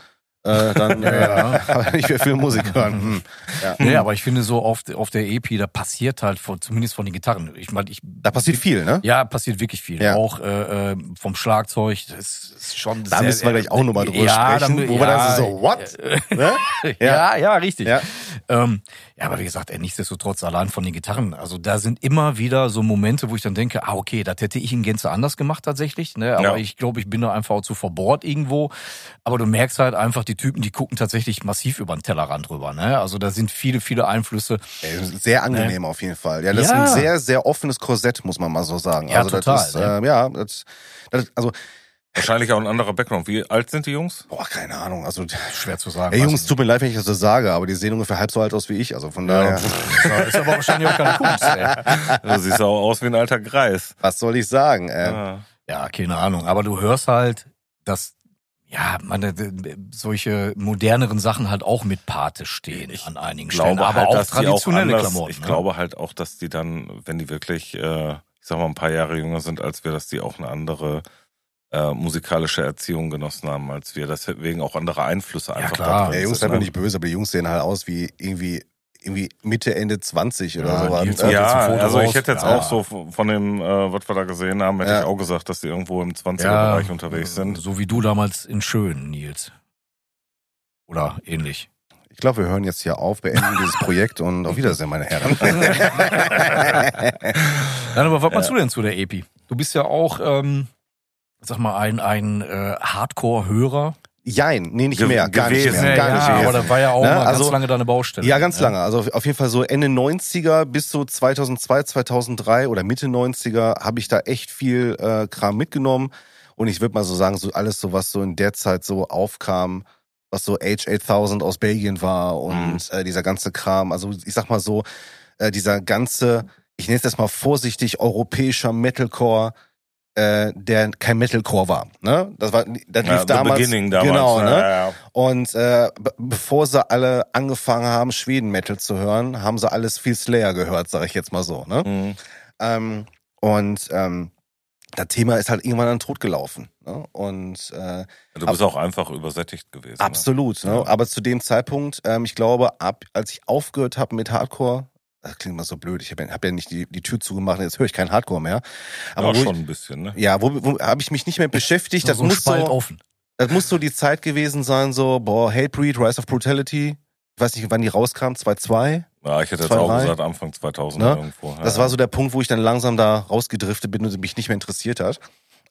S6: äh, dann äh,
S4: Ja.
S6: kann ich wieder viel Musik hören. Hm. Ja.
S4: Nee, aber ich finde so auf, auf der EP, da passiert halt von, zumindest von den Gitarren. Ich meine, ich
S6: Da passiert viel, ne?
S4: Ja, passiert wirklich viel.
S6: Ja.
S4: Auch äh, äh, vom Schlagzeug. Das ist schon äh,
S6: Da müssen wir gleich auch nochmal drüber
S4: ja, äh,
S6: sprechen.
S4: dann-
S6: wo wir
S4: ja,
S6: dann so, what?
S4: äh,
S6: Ne?
S4: Ja, ja, richtig.
S6: Ja.
S4: Ähm, ja, aber wie gesagt, ey, nichtsdestotrotz allein von den Gitarren. Also da sind immer wieder so Momente, wo ich dann denke, ah, okay, das hätte ich in Gänze anders gemacht tatsächlich. Ne? Aber
S5: Ja.
S4: ich glaube, ich bin da einfach auch zu verbohrt irgendwo. Aber du merkst halt einfach, die Typen, die gucken tatsächlich massiv über den Tellerrand rüber. Ne? Also da sind viele, viele Einflüsse.
S6: Ey, Sehr angenehm auf jeden Fall. Ja, das
S4: Ne? Ja.
S6: ist ein sehr, sehr offenes Korsett, muss man mal so sagen.
S4: Ja,
S6: also
S4: total,
S6: Das ist, äh, ja, das, das, also,
S5: Wahrscheinlich auch ein anderer Background. Wie alt sind die Jungs?
S6: boah, keine Ahnung. Also,
S4: Schwer zu sagen.
S6: ey,
S4: weiß
S6: Jungs, tut mir leid, wenn ich das so sage, aber die sehen ungefähr halb so alt aus wie ich. Also von daher,
S4: ich nicht. ist aber wahrscheinlich auch keine Kunst. Ey.
S5: Du siehst auch Also aus wie ein alter Greis.
S6: was soll ich sagen?
S4: Ähm,
S6: Äh,
S5: Ja.
S4: Ja, keine Ahnung. Aber du hörst halt, dass ja, meine, d- d- solche moderneren Sachen halt auch mit Pate stehen
S5: Ich
S4: an einigen
S5: Ich
S4: Stellen.
S5: glaube
S4: Aber
S5: halt,
S4: auch
S5: dass die auch
S4: traditionelle
S5: anders,
S4: Klamotten.
S5: Ich
S4: ne?
S5: glaube halt auch, dass die dann, wenn die wirklich, äh, ich sag mal, ein paar Jahre jünger sind als wir, dass die auch eine andere äh, musikalische Erziehung genossen haben als wir. Deswegen auch andere Einflüsse einfach
S4: klar.
S5: da drin
S6: ey, Jungs,
S5: sind,
S6: seid mir
S5: ne?
S6: nicht böse, aber die Jungs sehen halt aus wie irgendwie, irgendwie Mitte, Ende 20 oder
S4: Ja,
S6: sowas.
S4: Nils
S6: Äh,
S4: Haut jetzt ein
S5: Ja,
S4: Foto
S5: also
S4: raus.
S5: ich hätte jetzt
S4: Ja.
S5: auch so von dem, äh, was wir da gesehen haben, hätte
S6: Ja.
S5: ich auch gesagt, dass die irgendwo im 20er-Bereich
S4: ja,
S5: unterwegs sind.
S4: So wie du damals in Schön, Nils. Oder ähnlich.
S6: Ich glaube, wir hören jetzt hier auf, beenden dieses Projekt und auf Wiedersehen, meine Herren.
S4: Nein, aber was meinst du denn zu der Epi? Du bist ja auch, ähm, sag mal, ein, ein äh, Hardcore-Hörer.
S6: Jein, nee, nicht
S5: Ge-
S6: mehr, gar nicht
S5: gewesen.
S6: mehr. Gar
S4: ja,
S6: nicht
S4: aber
S6: mehr.
S4: da war ja auch
S6: Ne,
S4: mal ganz
S6: also-
S4: lange deine Baustelle.
S6: Ja, ganz
S4: ne?
S6: lange. Also auf jeden Fall so Ende 90er bis so 2002, 2003 oder Mitte 90er habe ich da echt viel äh, Kram mitgenommen. Und ich würde mal so sagen, so alles so, was so in der Zeit so aufkam, was so H8000 aus Belgien war und
S5: Mhm.
S6: äh, dieser ganze Kram. Also ich sag mal so, äh, dieser ganze, ich nenne es jetzt mal vorsichtig, europäischer Metalcore, äh, der kein Metalcore war. Ne? Das war, das lief
S5: Ja, The
S6: damals.
S5: Beginning damals.
S6: Genau,
S5: ja,
S6: ne?
S5: ja, ja.
S6: Und äh, be- bevor sie alle angefangen haben, Schweden-Metal zu hören, haben sie alles viel Slayer gehört, sage ich jetzt mal so. Ne?
S5: Mhm.
S6: Ähm, und ähm, das Thema ist halt irgendwann dann totgelaufen. Ne? Und äh,
S5: Du bist auch einfach übersättigt gewesen.
S6: absolut. Ne?
S5: Ja.
S6: Aber zu dem Zeitpunkt, ähm, ich glaube, ab als ich aufgehört habe mit Hardcore, das klingt immer so blöd, ich habe ja, hab ja nicht die, die Tür zugemacht, jetzt höre ich kein Hardcore mehr.
S5: Ne?
S6: Aber
S5: Aber
S6: wo
S5: schon ein bisschen, ne?
S6: Ich, ja, wo, wo habe ich mich nicht mehr beschäftigt? Das
S4: so ein
S6: muss
S4: Spalt
S6: so,
S4: offen.
S6: Das muss so die Zeit gewesen sein, so, boah, Hatebreed, Rise of Brutality. Ich weiß nicht, wann die rauskam, 2-2.
S5: Ja, ich hätte jetzt
S6: Zwei,
S5: auch
S6: drei.
S5: gesagt, Anfang 2000
S6: Ne?
S5: irgendwo.
S6: Das
S5: ja.
S6: war so der Punkt, wo ich dann langsam da rausgedriftet bin und mich nicht mehr interessiert hat.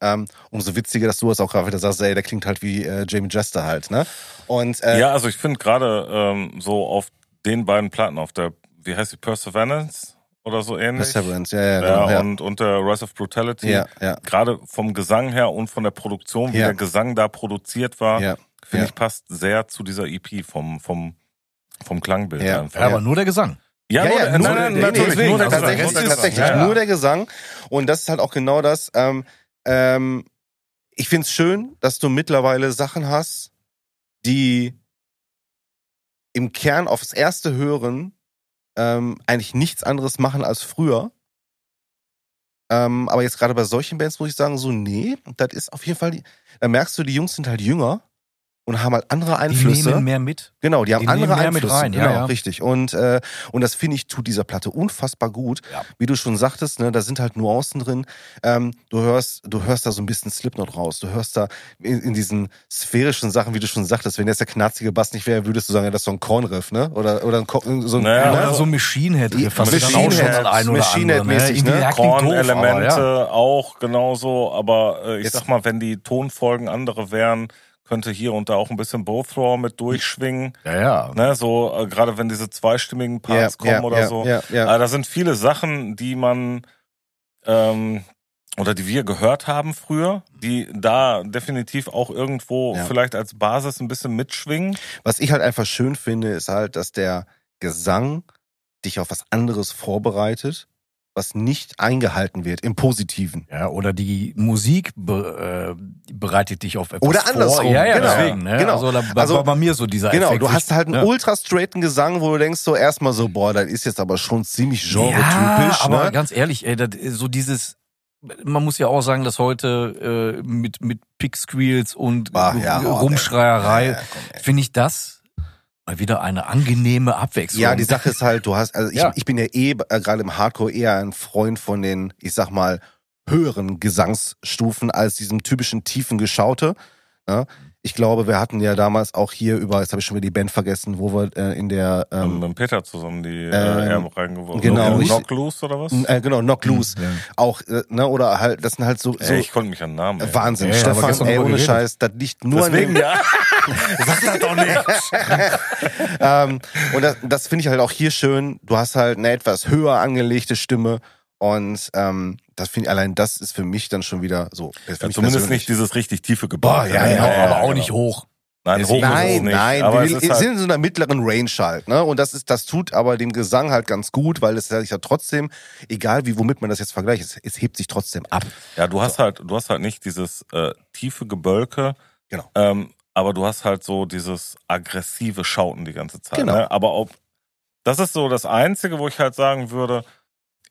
S6: Ähm, umso witziger, dass du das auch gerade wieder sagst, ey, der klingt halt wie äh, Jamie Jester halt, ne? Und äh,
S5: ja, also ich finde gerade ähm, so auf den beiden Platten, auf der, wie heißt die, Perseverance oder so ähnlich.
S6: Perseverance, ja, ja,
S5: Ja,
S6: genau, ja.
S5: Und, und der Rise of Brutality.
S6: Ja, ja.
S5: Gerade vom Gesang her und von der Produktion, wie
S6: Ja.
S5: der Gesang da produziert war,
S6: Ja,
S5: finde
S6: ja.
S5: ich, passt sehr zu dieser EP vom, vom, vom Klangbild
S6: Ja.
S5: einfach.
S4: Ja, aber nur der Gesang.
S5: Ja, nur der- nein, nein,
S4: der-
S5: natürlich,
S4: deswegen,
S5: nur der
S4: also
S5: Gesang,
S6: tatsächlich,
S5: nur der Gesang.
S6: tatsächlich
S5: Ja, ja.
S6: nur der Gesang. Und das ist halt auch genau das. Ähm, ähm, ich find's schön, dass du mittlerweile Sachen hast, die im Kern aufs erste Hören ähm, eigentlich nichts anderes machen als früher. Ähm, aber jetzt gerade bei solchen Bands muss ich sagen, so, nee, das ist auf jeden Fall, die- da merkst du, die Jungs sind halt jünger und haben halt andere
S4: Die
S6: Einflüsse.
S4: nehmen mehr mit.
S6: Genau, die haben
S4: Die nehmen
S6: andere
S4: mehr mit
S6: Einflüsse.
S4: rein, ja,
S6: genau,
S4: ja.
S6: richtig. Und, äh, und das finde ich, tut dieser Platte unfassbar gut.
S4: Ja.
S6: Wie du schon sagtest, ne, da sind halt Nuancen drin. Ähm, du hörst, du hörst da so ein bisschen Slipknot raus. Du hörst da in, in diesen sphärischen Sachen, wie du schon sagtest, wenn jetzt der knarzige Bass nicht wäre, würdest du sagen, ja, das ist so ein Kornriff, ne? Oder, oder ein, Ko- so ein
S5: Naja,
S6: ne?
S5: aber
S4: Oder so Machine Head Riff, was
S6: Machine
S4: dann auch schon
S6: Head,
S4: an ein oder
S6: Machine
S4: andere, ne?
S6: Head-mäßig,
S4: Irgendwie,
S6: ne?
S4: ja, klingt doof, aber ja.
S5: Kornelemente auch genauso, aber äh, ich
S6: Jetzt-
S5: sag mal, wenn die Tonfolgen andere wären, könnte hier und da auch ein bisschen Bowthrower mit durchschwingen.
S4: Ja, ja.
S5: Ne, so äh, gerade wenn diese zweistimmigen Parts kommen oder
S6: ja,
S5: so.
S6: Ja, ja.
S5: Aber da sind viele Sachen, die man ähm, oder die wir gehört haben früher, die da definitiv auch irgendwo
S6: Ja.
S5: vielleicht als Basis ein bisschen mitschwingen.
S6: Was ich halt einfach schön finde, ist halt, dass der Gesang dich auf was anderes vorbereitet, was nicht eingehalten wird, im Positiven.
S4: Ja, oder die Musik be äh, bereitet dich auf etwas
S6: Oder
S4: vor.
S6: andersrum,
S4: Ja, ja,
S6: genau.
S4: deswegen. Ne?
S6: Genau.
S4: Also, da, das
S6: Also,
S4: war bei mir so dieser
S6: Genau,
S4: Effekt.
S6: du hast halt einen
S4: ja.
S6: ultra straighten Gesang, wo du denkst so erstmal so, boah, das ist jetzt aber schon ziemlich genretypisch,
S4: Ja, aber
S6: ne?
S4: ganz ehrlich, ey, das, so dieses... Man muss ja auch sagen, dass heute äh, mit, mit Pick-Squeals und
S6: Bah, ja, oh,
S4: Rumschreierei,
S6: ey. Ja, ja, komm, ey.
S4: finde ich das mal wieder eine angenehme Abwechslung.
S6: Ja, die Sache ist halt, du hast, also ich,
S4: Ja.
S6: ich bin ja eh äh, gerade im Hardcore eher ein Freund von den, ich sag mal, höheren Gesangsstufen als diesem typischen tiefen Geschaute. Ne? Ich glaube, wir hatten ja damals auch hier über, jetzt habe ich schon wieder die Band vergessen, wo wir äh, in der
S5: Haben
S6: ähm,
S5: mit Peter zusammen die äh,
S6: ähm,
S5: Ärmel reingeworfen.
S6: genau,
S5: Knock-
S6: richtig.
S5: Knock loose oder was?
S6: äh, genau, Knock Loose
S4: Ja.
S6: auch, äh, ne, oder halt, das sind halt so, so
S5: Ey, ich konnte mich an Namen. erinnern.
S6: Wahnsinn.
S4: Ey, aber
S6: Stefan,
S4: gestern
S6: ey,
S4: drüber
S6: ohne
S4: geredet.
S6: Scheiß, das liegt nur
S5: Deswegen,
S6: an dem,
S5: ja. Sag das doch nicht.
S6: ähm, Und das, das finde ich halt auch hier schön. Du hast halt eine etwas höher angelegte Stimme und ähm, das finde ich, allein das ist für mich dann schon wieder so. für
S5: Ja,
S6: mich
S5: zumindest
S6: persönlich. Oh,
S5: nicht dieses richtig tiefe
S4: Boah,
S5: Geballer.
S4: ja, genau, aber auch nicht hoch.
S5: Nein, hoch ist es
S6: Nein,
S5: nicht.
S6: nein,
S5: aber
S6: wir
S5: es ist halt,
S6: sind in so einer mittleren Range halt, ne? Und das ist, das tut aber dem Gesang halt ganz gut, weil es ja trotzdem, egal wie womit man das jetzt vergleicht, es, es hebt sich trotzdem ab.
S5: ja, du hast halt, du hast halt nicht dieses äh, tiefe Gebölke.
S6: Genau.
S5: Ähm, aber du hast halt so dieses aggressive Schauten die ganze Zeit.
S6: Genau.
S5: Ne? Aber ob, das ist so das Einzige, wo ich halt sagen würde,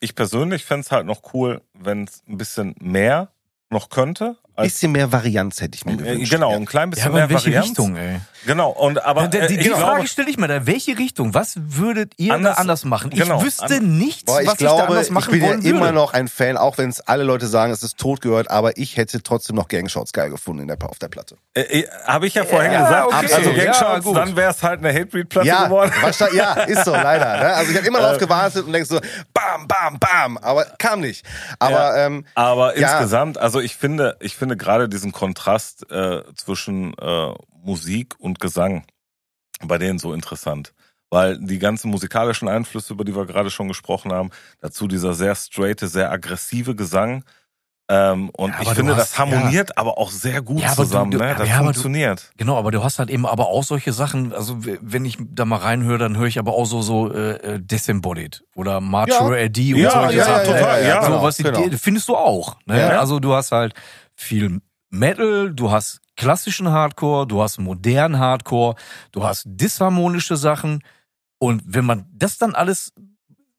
S5: ich persönlich fänd's halt noch cool, wenn's ein bisschen mehr noch könnte.
S6: Ein
S5: Als,
S6: bisschen mehr Varianz hätte ich mir
S5: äh,
S6: gewünscht.
S5: genau,
S6: Ja.
S5: ein klein bisschen
S4: Ja, aber
S5: mehr
S4: in welche
S5: Varianz.
S4: Richtung, ey?
S5: Genau, und aber
S4: die
S5: äh,
S4: die
S5: ich glaube,
S4: Frage stelle ich mir da. Welche Richtung? Was würdet ihr
S5: Anders-
S4: da anders machen? Ich
S5: genau,
S4: wüsste
S5: an-
S4: nichts,
S6: Boah, ich
S4: was ich da
S6: glaube,
S4: anders
S6: ich
S4: machen
S6: bin ja
S4: wollen würde.
S6: immer noch ein Fan, auch wenn es alle Leute sagen, es ist tot gehört, aber ich hätte trotzdem noch Gangshots geil gefunden in der, auf der Platte.
S5: Äh, habe ich ja vorhin
S4: Ja,
S5: gesagt,
S4: okay.
S5: also
S4: Ja,
S5: Gangshouts,
S4: gut.
S5: dann wäre es halt eine Hatebreed-Platte
S6: Ja,
S5: geworden.
S6: wahrscheinlich- ja, ist so, leider. Ne? Also ich habe immer
S4: Äh.
S6: drauf gewartet und denkst so, bam, bam, bam, aber kam nicht. Aber
S5: Ja.
S6: ähm,
S5: Aber
S6: ja.
S5: insgesamt, also ich finde, ich finde gerade diesen Kontrast äh, zwischen äh, Musik und Gesang bei denen so interessant. Weil die ganzen musikalischen Einflüsse, über die wir gerade schon gesprochen haben, dazu dieser sehr straighte, sehr aggressive Gesang. Ähm, und
S4: Ja,
S5: ich
S4: aber du
S5: finde,
S4: hast-
S5: das harmoniert aber auch sehr gut
S4: Ja, aber du-
S5: zusammen.
S4: du-
S5: ne? Das
S4: ja, aber du-
S5: funktioniert.
S4: Genau, aber du hast halt eben aber auch solche Sachen, also w- wenn ich da mal reinhöre, dann höre ich aber auch so so äh, äh, Disembodied oder March
S6: Ja.
S4: Where AD und
S5: Ja,
S4: solche
S5: ja,
S4: Sachen.
S5: ja, ja, ja, ja,
S4: so
S6: genau,
S4: was die-
S6: genau.
S4: die findest du auch. Ne?
S5: Ja.
S4: Also du hast halt viel Metal, du hast klassischen Hardcore, du hast modernen Hardcore, du hast disharmonische Sachen und wenn man das dann alles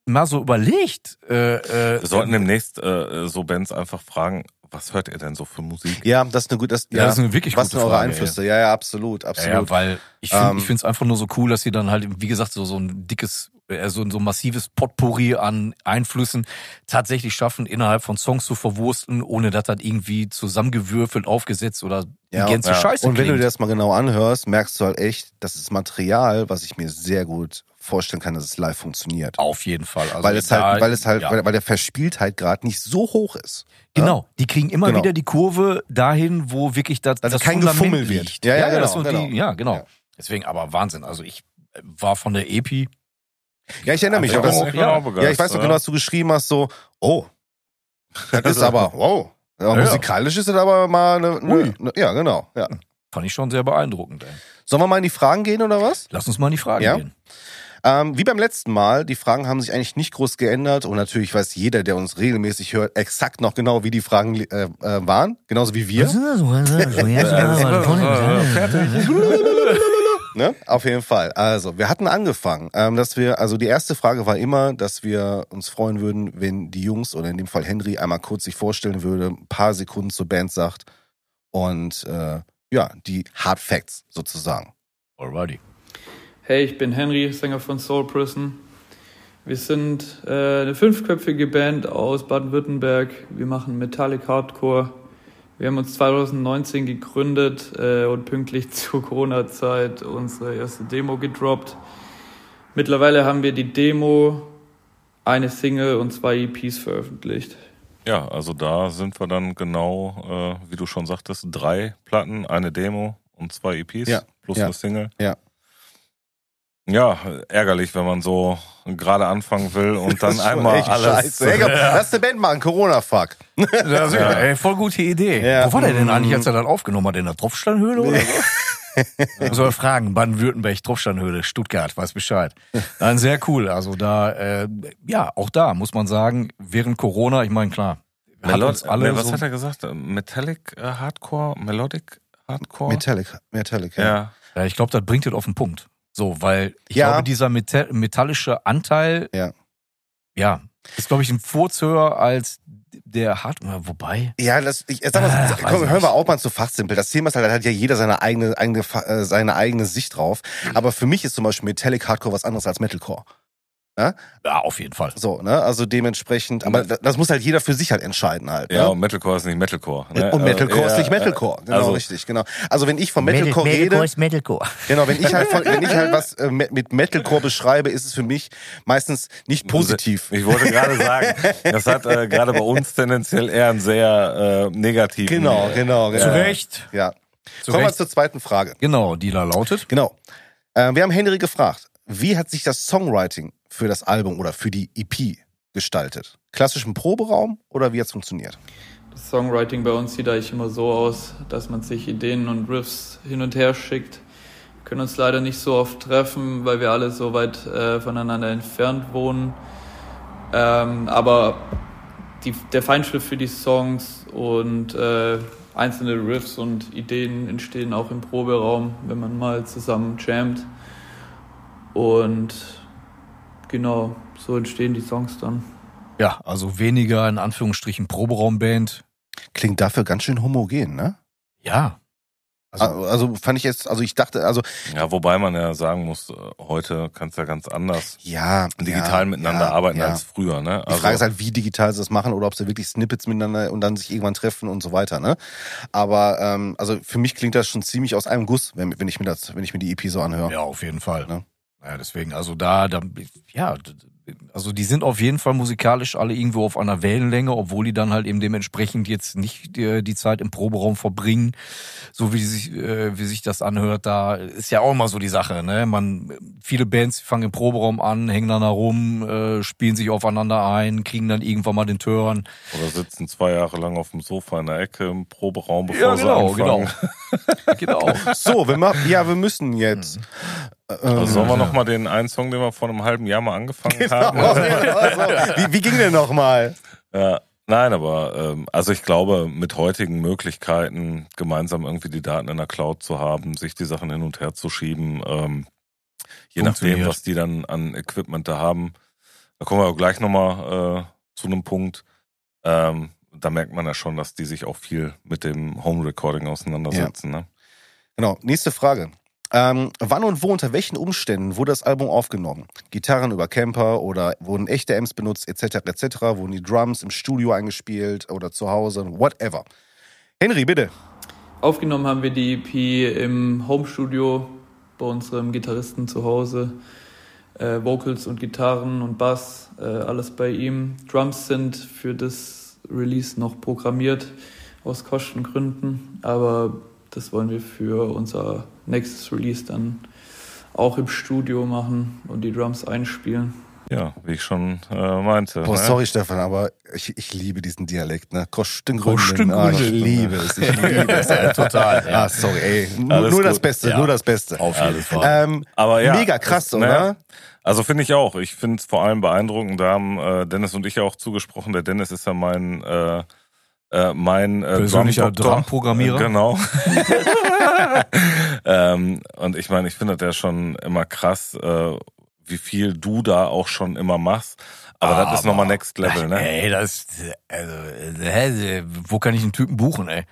S4: mal so überlegt, äh, äh,
S5: Wir sollten demnächst äh, so Bands einfach fragen, was hört ihr denn so für Musik?
S6: ja, das ist eine gute, das,
S4: Ja, das ist eine wirklich
S6: was
S4: gute
S6: sind eure
S4: Frage,
S6: Einflüsse? Ja, ja, absolut,
S4: Ja, ja,
S6: absolut.
S4: weil ich finde
S6: Ähm,
S4: ich finde es einfach nur so cool, dass sie dann halt, wie gesagt, so, so ein dickes, äh, so ein so ein massives Potpourri an Einflüssen tatsächlich schaffen, innerhalb von Songs zu verwursten, ohne dass das irgendwie zusammengewürfelt, aufgesetzt oder
S6: Ja,
S4: die ganze
S5: ja.
S4: Scheiße
S6: und wenn du
S4: klingt.
S6: dir das mal genau anhörst, merkst du halt echt, das ist Material, was ich mir sehr gut vorstellen kann, dass es live funktioniert.
S4: Auf jeden Fall. Also
S6: weil es
S4: egal,
S6: halt, weil es halt,
S4: ja.
S6: weil, weil der Verspieltheit gerade nicht so hoch ist.
S4: Genau, die kriegen immer
S6: Genau.
S4: wieder die Kurve dahin, wo wirklich das,
S6: Dass
S4: das
S6: kein
S4: Fundament
S6: Gefummel wird.
S4: liegt.
S6: Ja, ja, genau,
S4: das und
S6: genau.
S4: Die, ja, genau.
S6: Ja.
S4: Deswegen aber Wahnsinn. Also ich äh, war von der Epi.
S6: Ja, ich erinnere mich.
S5: Ich
S6: aber
S5: bin
S6: das,
S5: auch- ich bin auch
S6: ja, ich weiß noch
S5: begeistert,
S6: genau, was du geschrieben hast, so, oh, das ist aber, wow. Ja,
S4: Ja,
S6: musikalisch ist das aber mal eine,
S4: Ui.
S6: eine, eine Ja, genau. Ja.
S4: Fand ich schon sehr beeindruckend. Ey.
S6: Sollen wir mal in die Fragen gehen oder was?
S4: Lass uns mal in die Frage
S6: Ja.
S4: gehen.
S6: Ähm, wie beim letzten Mal, die Fragen haben sich eigentlich nicht groß geändert und natürlich weiß jeder, der uns regelmäßig hört, exakt noch genau, wie die Fragen äh, äh, waren. Genauso wie wir.
S5: Äh,
S6: Ne? Auf jeden Fall. Also, wir hatten angefangen, ähm, dass wir, also die erste Frage war immer, dass wir uns freuen würden, wenn die Jungs oder in dem Fall Henry einmal kurz sich vorstellen würde, ein paar Sekunden zur Band sagt und äh, ja, die Hard Facts sozusagen.
S4: Alrighty.
S2: Hey, ich bin Henry, Sänger von Soul Prison. Wir sind äh, eine fünfköpfige Band aus Baden-Württemberg. Wir machen Metallic Hardcore. Wir haben uns 2019 gegründet äh, und pünktlich zur Corona-Zeit unsere erste Demo gedroppt. Mittlerweile haben wir die Demo, eine Single und zwei EPs veröffentlicht.
S5: Ja, also da sind wir dann genau, äh, wie du schon sagtest, drei Platten, eine Demo und zwei EPs
S6: Ja,
S5: plus
S6: ja,
S5: eine Single.
S6: ja.
S5: Ja, ärgerlich, wenn man so gerade anfangen will und
S6: Das
S5: dann
S6: ist schon
S5: einmal
S6: echt
S5: alles.
S6: Scheiße. Ey, komm, Lass eine Band machen, Corona-Fuck.
S4: Ja, sicher. Ey, voll gute Idee.
S6: Ja.
S4: Wo war der denn eigentlich, als er das aufgenommen hat? In der Tropfsteinhöhle oder so? Muss man fragen. Baden-Württemberg, Tropfsteinhöhle, Stuttgart, weiß Bescheid. Dann sehr cool. Also da, äh, ja, auch da muss man sagen, während Corona, ich meine, klar, hat
S5: Melo-
S4: uns alle
S5: nee, was
S4: so,
S5: hat er gesagt? Metallic äh, Hardcore, Melodic Hardcore?
S6: Metallic, Metallic, ja.
S5: Oh. ja.
S4: ja, ich glaube, das bringt es auf den Punkt. So, weil ich
S6: Ja.
S4: glaube, dieser meta- metallische Anteil,
S6: Ja.
S4: ja, ist, glaube ich, ein Furzhöher als der Hardware, wobei...
S6: Ja, das, ich, sag mal,
S4: Ah,
S6: so,
S4: weiß
S6: komm,
S4: ich
S6: hören
S4: nicht.
S6: wir auch mal zu fachsimpel. Das Thema ist halt, da hat ja jeder seine eigene, eigene, Fa- äh, seine eigene Sicht drauf. Aber für mich ist zum Beispiel Metallic Hardcore was anderes als Metalcore.
S4: Ja, auf jeden Fall.
S6: So, ne? Also dementsprechend, aber das, das muss halt jeder für sich halt entscheiden halt.
S5: Ja,
S6: Ne?
S5: und Metalcore ist nicht Metalcore. Ne?
S6: Und Metalcore
S5: Also,
S6: ist nicht
S5: ja,
S6: Metalcore. Genau,
S5: also-
S6: richtig, genau. Also wenn ich von Metalcore rede,
S4: ist Metalcore.
S6: genau, wenn ich halt von, wenn ich halt was äh, me- mit Metalcore beschreibe, ist es für mich meistens nicht positiv.
S5: äh, Also, Ich wollte gerade sagen, das hat äh, gerade bei uns tendenziell eher einen sehr äh, negativen.
S6: Genau,
S5: äh,
S6: genau, genau.
S4: Zu Recht.
S6: Ja.
S4: Zu
S6: Kommen wir
S4: Recht.
S6: zur zweiten Frage.
S4: Genau, die da lautet.
S6: Genau. Äh, wir haben Henry gefragt, wie hat sich das Songwriting für das Album oder für die EP gestaltet? Klassischen Proberaum oder wie hat es funktioniert?
S2: Das Songwriting bei uns sieht eigentlich immer so aus, dass man sich Ideen und Riffs hin und her schickt. Wir können uns leider nicht so oft treffen, weil wir alle so weit äh, voneinander entfernt wohnen. Ähm, aber die, der Feinschliff für die Songs und äh, einzelne Riffs und Ideen entstehen auch im Proberaum, wenn man mal zusammen jammt. Und genau, so entstehen die Songs dann.
S4: Ja, also weniger in Anführungsstrichen Proberaumband.
S6: Klingt dafür ganz schön homogen, ne?
S4: Ja. Also,
S6: Also, also fand ich jetzt, also ich dachte, also
S5: Ja, wobei man ja sagen muss, äh, heute kannst du ja ganz anders
S6: ja.
S5: digital
S6: ja,
S5: miteinander
S6: ja,
S5: arbeiten
S6: ja.
S5: als früher. Ne?
S6: Die Frage ist halt, wie digital sie das machen oder ob sie wirklich Snippets miteinander und dann sich irgendwann treffen und so weiter, ne? Aber ähm, also für mich klingt das schon ziemlich aus einem Guss, wenn, wenn ich mir das, wenn ich mir die EP so anhöre.
S4: ja, auf jeden Fall.
S6: Ne?
S4: Ja, deswegen, also da, da, ja, d- d- also die sind auf jeden Fall musikalisch alle irgendwo auf einer Wellenlänge, obwohl die dann halt eben dementsprechend jetzt nicht äh, die Zeit im Proberaum verbringen, so wie sich, äh, wie sich das anhört, da ist ja auch immer so die Sache, ne? Man, viele Bands fangen im Proberaum an, hängen dann herum, äh, spielen sich aufeinander ein, kriegen dann irgendwann mal den Turn.
S5: Oder sitzen zwei Jahre lang auf dem Sofa in der Ecke im Proberaum, bevor
S4: Ja,
S5: sie
S4: genau,
S5: anfangen.
S4: genau. genau.
S6: So, wir machen, ja, wir müssen jetzt.
S5: Hm.
S4: genau.
S5: Also sollen wir nochmal den einen Song, den wir vor einem halben Jahr mal angefangen haben?
S6: Oh, ja, so. wie, wie ging denn nochmal?
S5: Ja, nein, aber ähm, also ich glaube, mit heutigen Möglichkeiten, gemeinsam irgendwie die Daten in der Cloud zu haben, sich die Sachen hin und her zu schieben, ähm, je nachdem,
S4: Funktioniert.
S5: was die dann an Equipment da haben, da kommen wir auch gleich nochmal äh, zu einem Punkt. Ähm, da merkt man ja schon, dass die sich auch viel mit dem Home Recording auseinandersetzen. Ne?
S6: Genau, nächste Frage. Ähm, wann und wo, unter welchen Umständen wurde das Album aufgenommen? Gitarren über Camper oder wurden echte Amps benutzt, etc., etc.? Wurden die Drums im Studio eingespielt oder zu Hause, whatever. Henry, bitte.
S2: Aufgenommen haben wir die EP im Homestudio bei unserem Gitarristen zu Hause. Äh, Vocals und Gitarren und Bass, äh, alles bei ihm. Drums sind für das Release noch programmiert aus Kostengründen, aber das wollen wir für unser nächstes Release dann auch im Studio machen und die Drums einspielen.
S5: Ja, wie ich schon äh, meinte.
S6: Boah,
S5: ne?
S6: Oh, sorry, Stefan, aber ich, ich liebe diesen Dialekt, ne? Kostengründen.
S4: Kostengründen.
S6: Ah, ich liebe es, ich liebe es. ey, Total. Ah, sorry, ey. Nur,
S5: Alles
S6: nur das
S5: gut.
S6: Beste,
S4: Ja.
S6: nur das Beste.
S4: Auf jeden Fall.
S6: Ähm,
S5: Aber ja,
S6: Mega krass,
S5: ne?
S6: oder?
S5: Also finde ich auch. Ich finde es vor allem beeindruckend. Da haben äh, Dennis und ich ja auch zugesprochen. Der Dennis ist ja mein äh, äh, mein äh,
S4: Persönlicher
S5: Drum-Doktor.
S4: Drum-Programmierer.
S5: Äh, Genau. ähm, und ich meine, ich finde das ja schon immer krass, äh, wie viel du da auch schon immer machst. Aber, das ist nochmal Next Level, ne?
S4: Ey, das, also, äh, hä, wo kann ich einen Typen buchen, ey?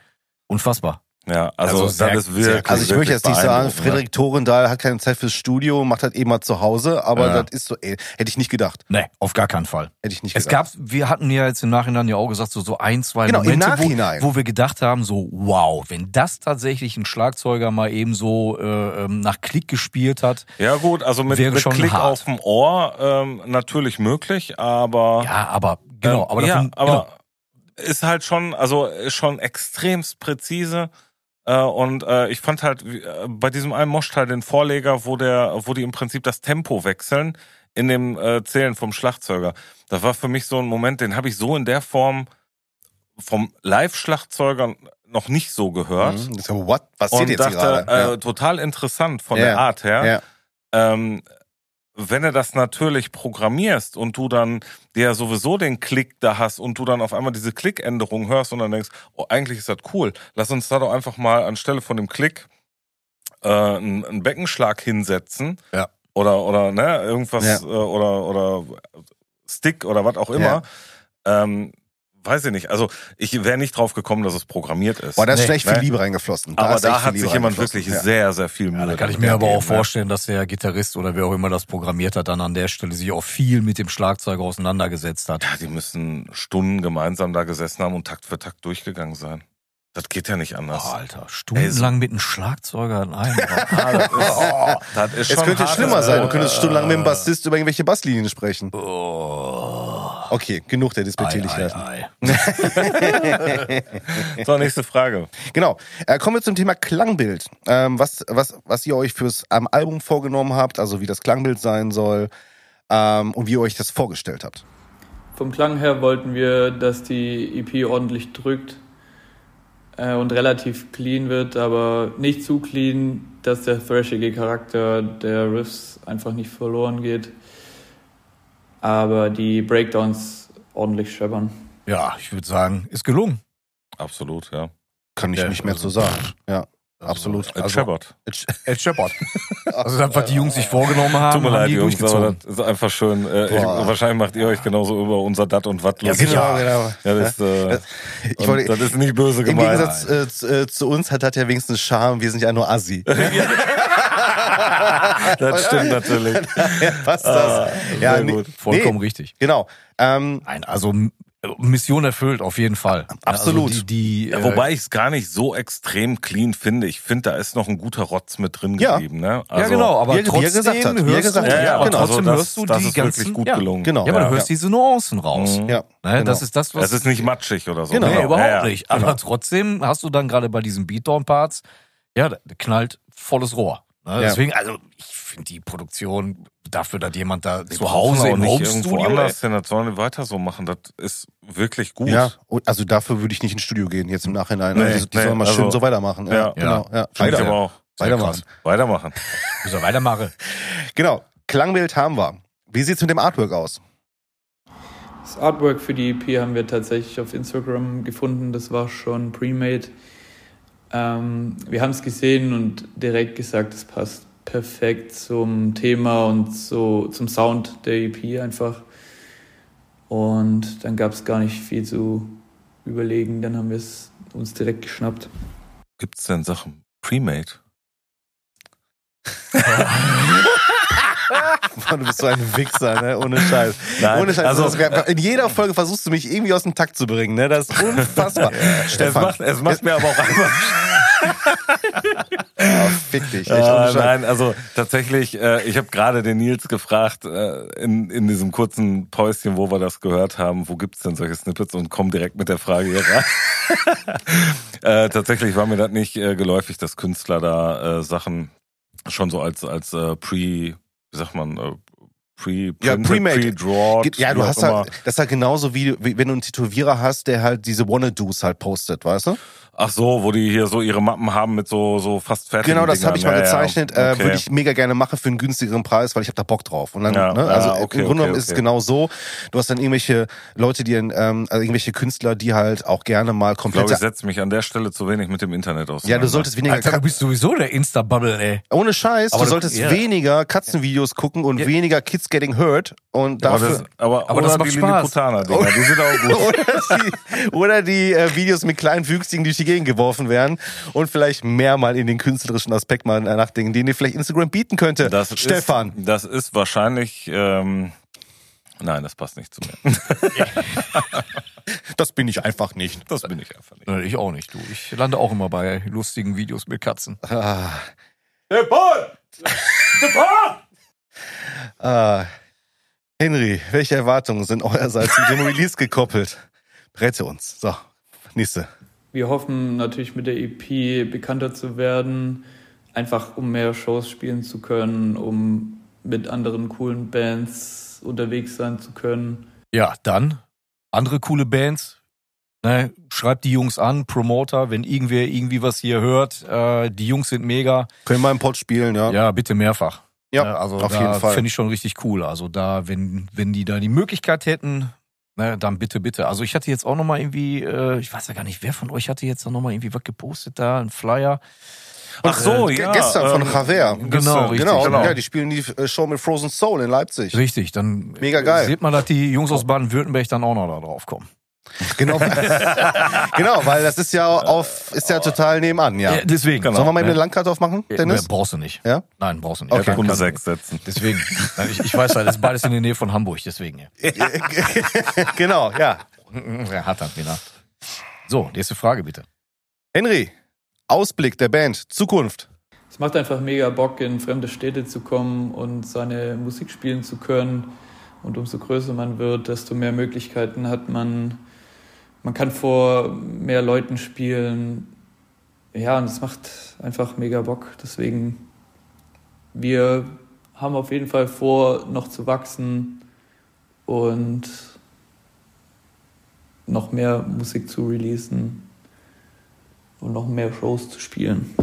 S4: Unfassbar.
S5: Ja, also,
S4: Also sehr-
S5: das ist wirklich.
S4: sehr
S6: Also ich
S5: wirklich
S6: möchte jetzt nicht sagen,
S5: beeindruckend, ne?
S6: Frederik Thorendahl hat keine Zeit fürs Studio, macht halt eh mal zu Hause, aber
S4: Ja.
S6: das ist so, ey, hätte ich nicht gedacht.
S4: Nee, auf gar keinen Fall.
S6: Hätte ich nicht
S4: Es
S6: gedacht.
S4: gab, wir hatten ja jetzt im Nachhinein ja auch gesagt, so, so ein, zwei
S6: Genau, im
S4: Momente,
S6: Nachhinein.
S4: Wo, wo wir gedacht haben, so, wow, wenn das tatsächlich ein Schlagzeuger mal eben so äh, ähm, nach Klick gespielt hat,
S5: Ja gut, also mit,
S4: Wäre
S5: mit
S4: schon
S5: Klick
S4: hart.
S5: auf dem Ohr ähm, natürlich möglich, aber
S4: ja, aber genau,
S5: Ähm,
S4: aber,
S5: ja,
S4: davon,
S5: aber
S4: genau,
S5: ist halt schon, also ist schon extremst präzise. Äh, und äh, ich fand halt wie, äh, bei diesem einen Moschteil den Vorleger, wo der, wo die im Prinzip das Tempo wechseln in dem äh, Zählen vom Schlagzeuger. Das war für mich so ein Moment, den habe ich so in der Form vom Live-Schlagzeuger noch nicht so gehört.
S6: Mhm. Ich so, what? Was
S5: Und
S6: passiert jetzt
S5: dachte,
S6: gerade?
S5: äh,
S6: Ja.
S5: total interessant von
S6: Ja,
S5: der Art her
S6: ja.
S5: ähm, wenn du das natürlich programmierst und du dann dir ja sowieso den Klick da hast und du dann auf einmal diese Klickänderung hörst und dann denkst, oh, eigentlich ist das cool, lass uns da doch einfach mal anstelle von dem Klick äh, einen, einen Beckenschlag hinsetzen
S4: Ja.
S5: oder oder ne irgendwas
S6: Ja.
S5: äh, oder oder Stick oder was auch immer. Ähm, weiß ich nicht. Also ich wäre nicht drauf gekommen, dass es programmiert ist.
S6: Boah, da ist
S4: Nee,
S6: schlecht viel
S5: ne?
S6: Liebe reingeflossen.
S5: aber
S6: ist echt
S5: da
S6: viel
S5: hat
S6: Liebe
S5: sich jemand
S6: reingeflossen.
S5: wirklich sehr, sehr viel Mühe.
S4: Ja, da kann ich
S5: damit
S4: mir aber auch
S5: gegeben, ne?
S4: vorstellen, dass der Gitarrist oder wer auch immer das programmiert hat, dann an der Stelle sich auch viel mit dem Schlagzeug auseinandergesetzt hat.
S5: Ja, die müssen Stunden gemeinsam da gesessen haben und Takt für Takt durchgegangen sein. Das geht ja nicht anders.
S4: Boah, Oh, Alter, stundenlang mit einem Schlagzeuger an einem.
S5: Ah, das ist, das ist äh,
S6: Ja. Es
S5: schon
S6: könnte
S5: hart, also.
S6: schlimmer
S5: das-
S6: sein. Du könntest stundenlang mit dem Bassist über irgendwelche Basslinien sprechen.
S4: oh,
S6: Okay, genug der
S4: ei,
S6: Despektierlichkeiten.
S4: ei, ei.
S5: So, nächste Frage.
S6: Genau. Äh, kommen wir zum Thema Klangbild. Ähm, was, was, was ihr euch fürs ähm, Album vorgenommen habt, also wie das Klangbild sein soll ähm, und wie ihr euch das vorgestellt habt.
S2: Vom Klang her wollten wir, dass die EP ordentlich drückt äh, und relativ clean wird, aber nicht zu clean, dass der thrashige Charakter der Riffs einfach nicht verloren geht. Aber die Breakdowns ordentlich scheppern.
S4: Ja, ich würde sagen, ist gelungen.
S5: Absolut, ja.
S6: Kann ich
S4: Ja,
S6: nicht mehr
S4: also-
S6: zu sagen. Ja, absolut.
S5: Ed
S4: Also-
S5: Shepard.
S4: Ed Shepard. Also das, was die Jungs sich vorgenommen haben,
S5: Tut mir
S4: haben
S5: leid,
S4: die
S5: Jungs, aber
S4: durchgezogen.
S5: das ist einfach schön. Äh, ich,
S6: Boah.
S5: wahrscheinlich macht ihr euch genauso über unser Dat und Watt
S4: Ja,
S5: lustig.
S4: sicher.
S6: genau.
S5: Ja, das, ist, äh,
S6: Ich
S5: und
S6: wollte,
S5: das ist nicht böse
S6: Im
S5: gemeint.
S6: Gegensatz äh, zu, äh, zu uns hat das ja wenigstens Charme. Wir sind ja nur Assi.
S5: das stimmt natürlich.
S6: Passt das? ja,
S5: Ah, sehr
S6: nee,
S5: gut.
S4: Vollkommen
S6: nee,
S4: richtig.
S6: Genau. Ähm,
S4: Nein, also M- Mission erfüllt auf jeden Fall.
S6: Absolut.
S4: Also die, die,
S5: Ja,
S4: äh,
S5: wobei ich es gar nicht so extrem clean finde. Ich finde, da ist noch ein guter Rotz mit drin
S6: Ja.
S5: geblieben. Ne?
S4: ja, genau, aber
S6: wie er- wie er
S4: trotzdem
S6: gesagt hat, wie er
S4: hörst du,
S6: gesagt hat.
S4: ja,
S6: Ja,
S4: aber
S6: genau.
S4: trotzdem
S5: Also das-
S4: hörst du
S5: das
S4: die
S5: ist
S4: ganzen,
S5: wirklich gut
S4: ja,
S5: gelungen.
S6: Genau.
S4: Ja, aber du
S6: Ja,
S4: hörst diese Nuancen raus.
S5: Mhm.
S6: ja,
S4: Ne,
S6: genau.
S4: Das ist das, was.
S5: Es ist nicht matschig oder so.
S6: Genau.
S4: nee,
S5: Ja,
S4: überhaupt
S5: ja.
S4: nicht. Also Aber trotzdem hast du dann gerade bei diesen Beatdown-Parts, ja, da knallt volles Rohr. Ne? Deswegen, also ich finde die Produktion dafür, dass jemand da zu Hause
S5: und
S4: im
S5: nicht irgendwo
S4: Home-Studio
S5: anders hin. Das sollen die weiter so machen. Das ist wirklich gut.
S6: Ja, und also dafür würde ich nicht ins Studio gehen jetzt im Nachhinein.
S5: Nee,
S6: also, die
S5: nee,
S6: sollen mal schön
S5: also-
S6: so weitermachen. Ja,
S5: Ja.
S6: genau. Ja.
S5: Finde ich
S6: Weiter-
S5: aber auch.
S4: Sehr
S6: Weitermachen.
S4: krass.
S5: Weitermachen.
S4: Muss er weitermachen.
S6: Genau. Klangbild haben wir. Wie sieht's mit dem Artwork aus?
S2: Das Artwork für die EP haben wir tatsächlich auf Instagram gefunden. Das war schon pre-made. Ähm, wir haben es gesehen und direkt gesagt, es passt perfekt zum Thema und so zum Sound der EP einfach. Und dann gab es gar nicht viel zu überlegen. Dann haben wir es uns direkt geschnappt.
S5: Gibt es denn Sachen pre-made?
S6: Mann, du bist so ein Wichser, ne? Ohne Scheiß.
S5: Nein,
S6: Ohne Scheiß.
S5: also-
S6: Das wär- in jeder Folge versuchst du mich irgendwie aus dem Takt zu bringen, ne? Das ist unfassbar.
S5: Es
S6: Stefan,
S5: macht, es macht mir aber auch einfach
S6: ja, fick dich. Echt, ohne
S5: Äh,
S6: Scheiß.
S5: nein, also tatsächlich, äh, ich habe gerade den Nils gefragt, äh, in, in diesem kurzen Päuschen, wo wir das gehört haben, wo gibt's denn solche Snippets und komm direkt mit der Frage hier rein. äh, tatsächlich war mir das nicht äh, geläufig, dass Künstler da äh, Sachen schon so als, als äh, pre, wie sagt man, äh, pre,
S6: Ja, pre-made.
S5: pre-drawn.
S6: Geht- Ja, du hast halt, das ist halt genauso wie, wie wenn du einen Tätowierer hast, der halt diese Wanna-Dos halt postet, weißt du?
S5: Ach so, wo die hier so ihre Mappen haben mit so, so fast fertigen
S6: Genau, das habe ich mal
S5: Dingern. Ja, ja,
S6: gezeichnet. Äh,
S5: okay.
S6: Würde ich mega gerne machen für einen günstigeren Preis, weil ich habe da Bock drauf. Und dann,
S5: Ja,
S6: ne,
S5: ah,
S6: also
S5: okay,
S6: im Grunde
S5: okay,
S6: genommen ist es
S5: okay.
S6: genau so. Du hast dann irgendwelche Leute, die in, ähm, also irgendwelche Künstler, die halt auch gerne mal
S5: Ich glaube,
S6: komplette.
S5: ich ne? setze mich an der Stelle zu wenig mit dem Internet aus.
S6: ja, du solltest weniger
S4: Alter, du bist sowieso der Insta-Bubble, ey.
S6: Ka- ohne Scheiß,
S4: Aber
S6: du
S4: du-
S6: solltest
S4: ja.
S6: weniger Katzenvideos gucken und weniger Kids Getting Hurt und
S5: Aber
S6: dafür.
S5: das, aber,
S4: Aber
S5: oder
S4: das macht
S5: die
S4: Spaß.
S5: Lilliputaner, Dinger, die sind auch gut.
S6: oder die, oder die äh, Videos mit kleinen Wüchsigen, die durch die Gegend geworfen werden und vielleicht mehr mal in den künstlerischen Aspekt mal nachdenken, den dir vielleicht Instagram bieten könnte.
S5: Das
S6: Stefan.
S5: Ist, das ist wahrscheinlich. Ähm, nein, das passt nicht zu mir.
S6: Das bin ich einfach nicht.
S5: Das bin ich einfach nicht.
S4: Äh, Ich auch nicht, du. Ich lande auch immer bei lustigen Videos mit Katzen.
S6: Ah. Henry, welche Erwartungen sind eurerseits mit dem Release gekoppelt? Rette uns. So, nächste.
S2: Wir hoffen natürlich mit der EP bekannter zu werden, einfach um mehr Shows spielen zu können, um mit anderen coolen Bands unterwegs sein zu können.
S4: Ja, dann andere coole Bands. Ne, schreibt die Jungs an, Promoter, wenn irgendwer irgendwie was hier hört. Äh, die Jungs sind mega.
S6: Können wir im Pod spielen, ja?
S4: Ja, bitte mehrfach.
S6: Ja,
S4: Ne, also
S6: auf
S4: da
S6: jeden Fall.
S4: Finde ich schon richtig cool. Also da, wenn, wenn die da die Möglichkeit hätten, ne, dann bitte, bitte. Also ich hatte jetzt auch nochmal irgendwie, äh, ich weiß ja gar nicht, wer von euch hatte jetzt nochmal irgendwie was gepostet da, ein Flyer.
S5: Ach so,
S6: Ge- gestern von
S5: ähm,
S6: Javier.
S4: Genau, richtig,
S6: Genau,
S4: genau.
S6: ja, die spielen die äh, Show mit Frozen Soul in Leipzig.
S4: Richtig, dann
S6: Mega geil.
S4: sieht man, dass die Jungs aus Baden-Württemberg dann auch noch da drauf kommen.
S6: Genau, genau, weil das ist ja auf, ist ja total nebenan, ja.
S4: Ja, deswegen.
S5: Genau.
S6: Sollen wir mal eben
S4: ne?
S6: eine Landkarte aufmachen, Dennis?
S4: Ja, brauchst du nicht.
S6: Ja?
S4: Nein, brauchst du nicht.
S6: Okay.
S4: Ja,
S5: Runde
S4: kann-
S5: 6 setzen.
S4: Deswegen. Nein, Ich, ich weiß halt, das ist beides in der Nähe von Hamburg, deswegen. Ja.
S6: genau, ja.
S4: Er hat dann wieder. So, nächste Frage bitte.
S6: Henry, Ausblick der Band, Zukunft.
S2: Es macht einfach mega Bock, in fremde Städte zu kommen und seine Musik spielen zu können. Und umso größer man wird, desto mehr Möglichkeiten hat man. Man kann vor mehr Leuten spielen. Ja, und es macht einfach mega Bock. Deswegen, wir haben auf jeden Fall vor, noch zu wachsen und noch mehr Musik zu releasen und noch mehr Shows zu spielen.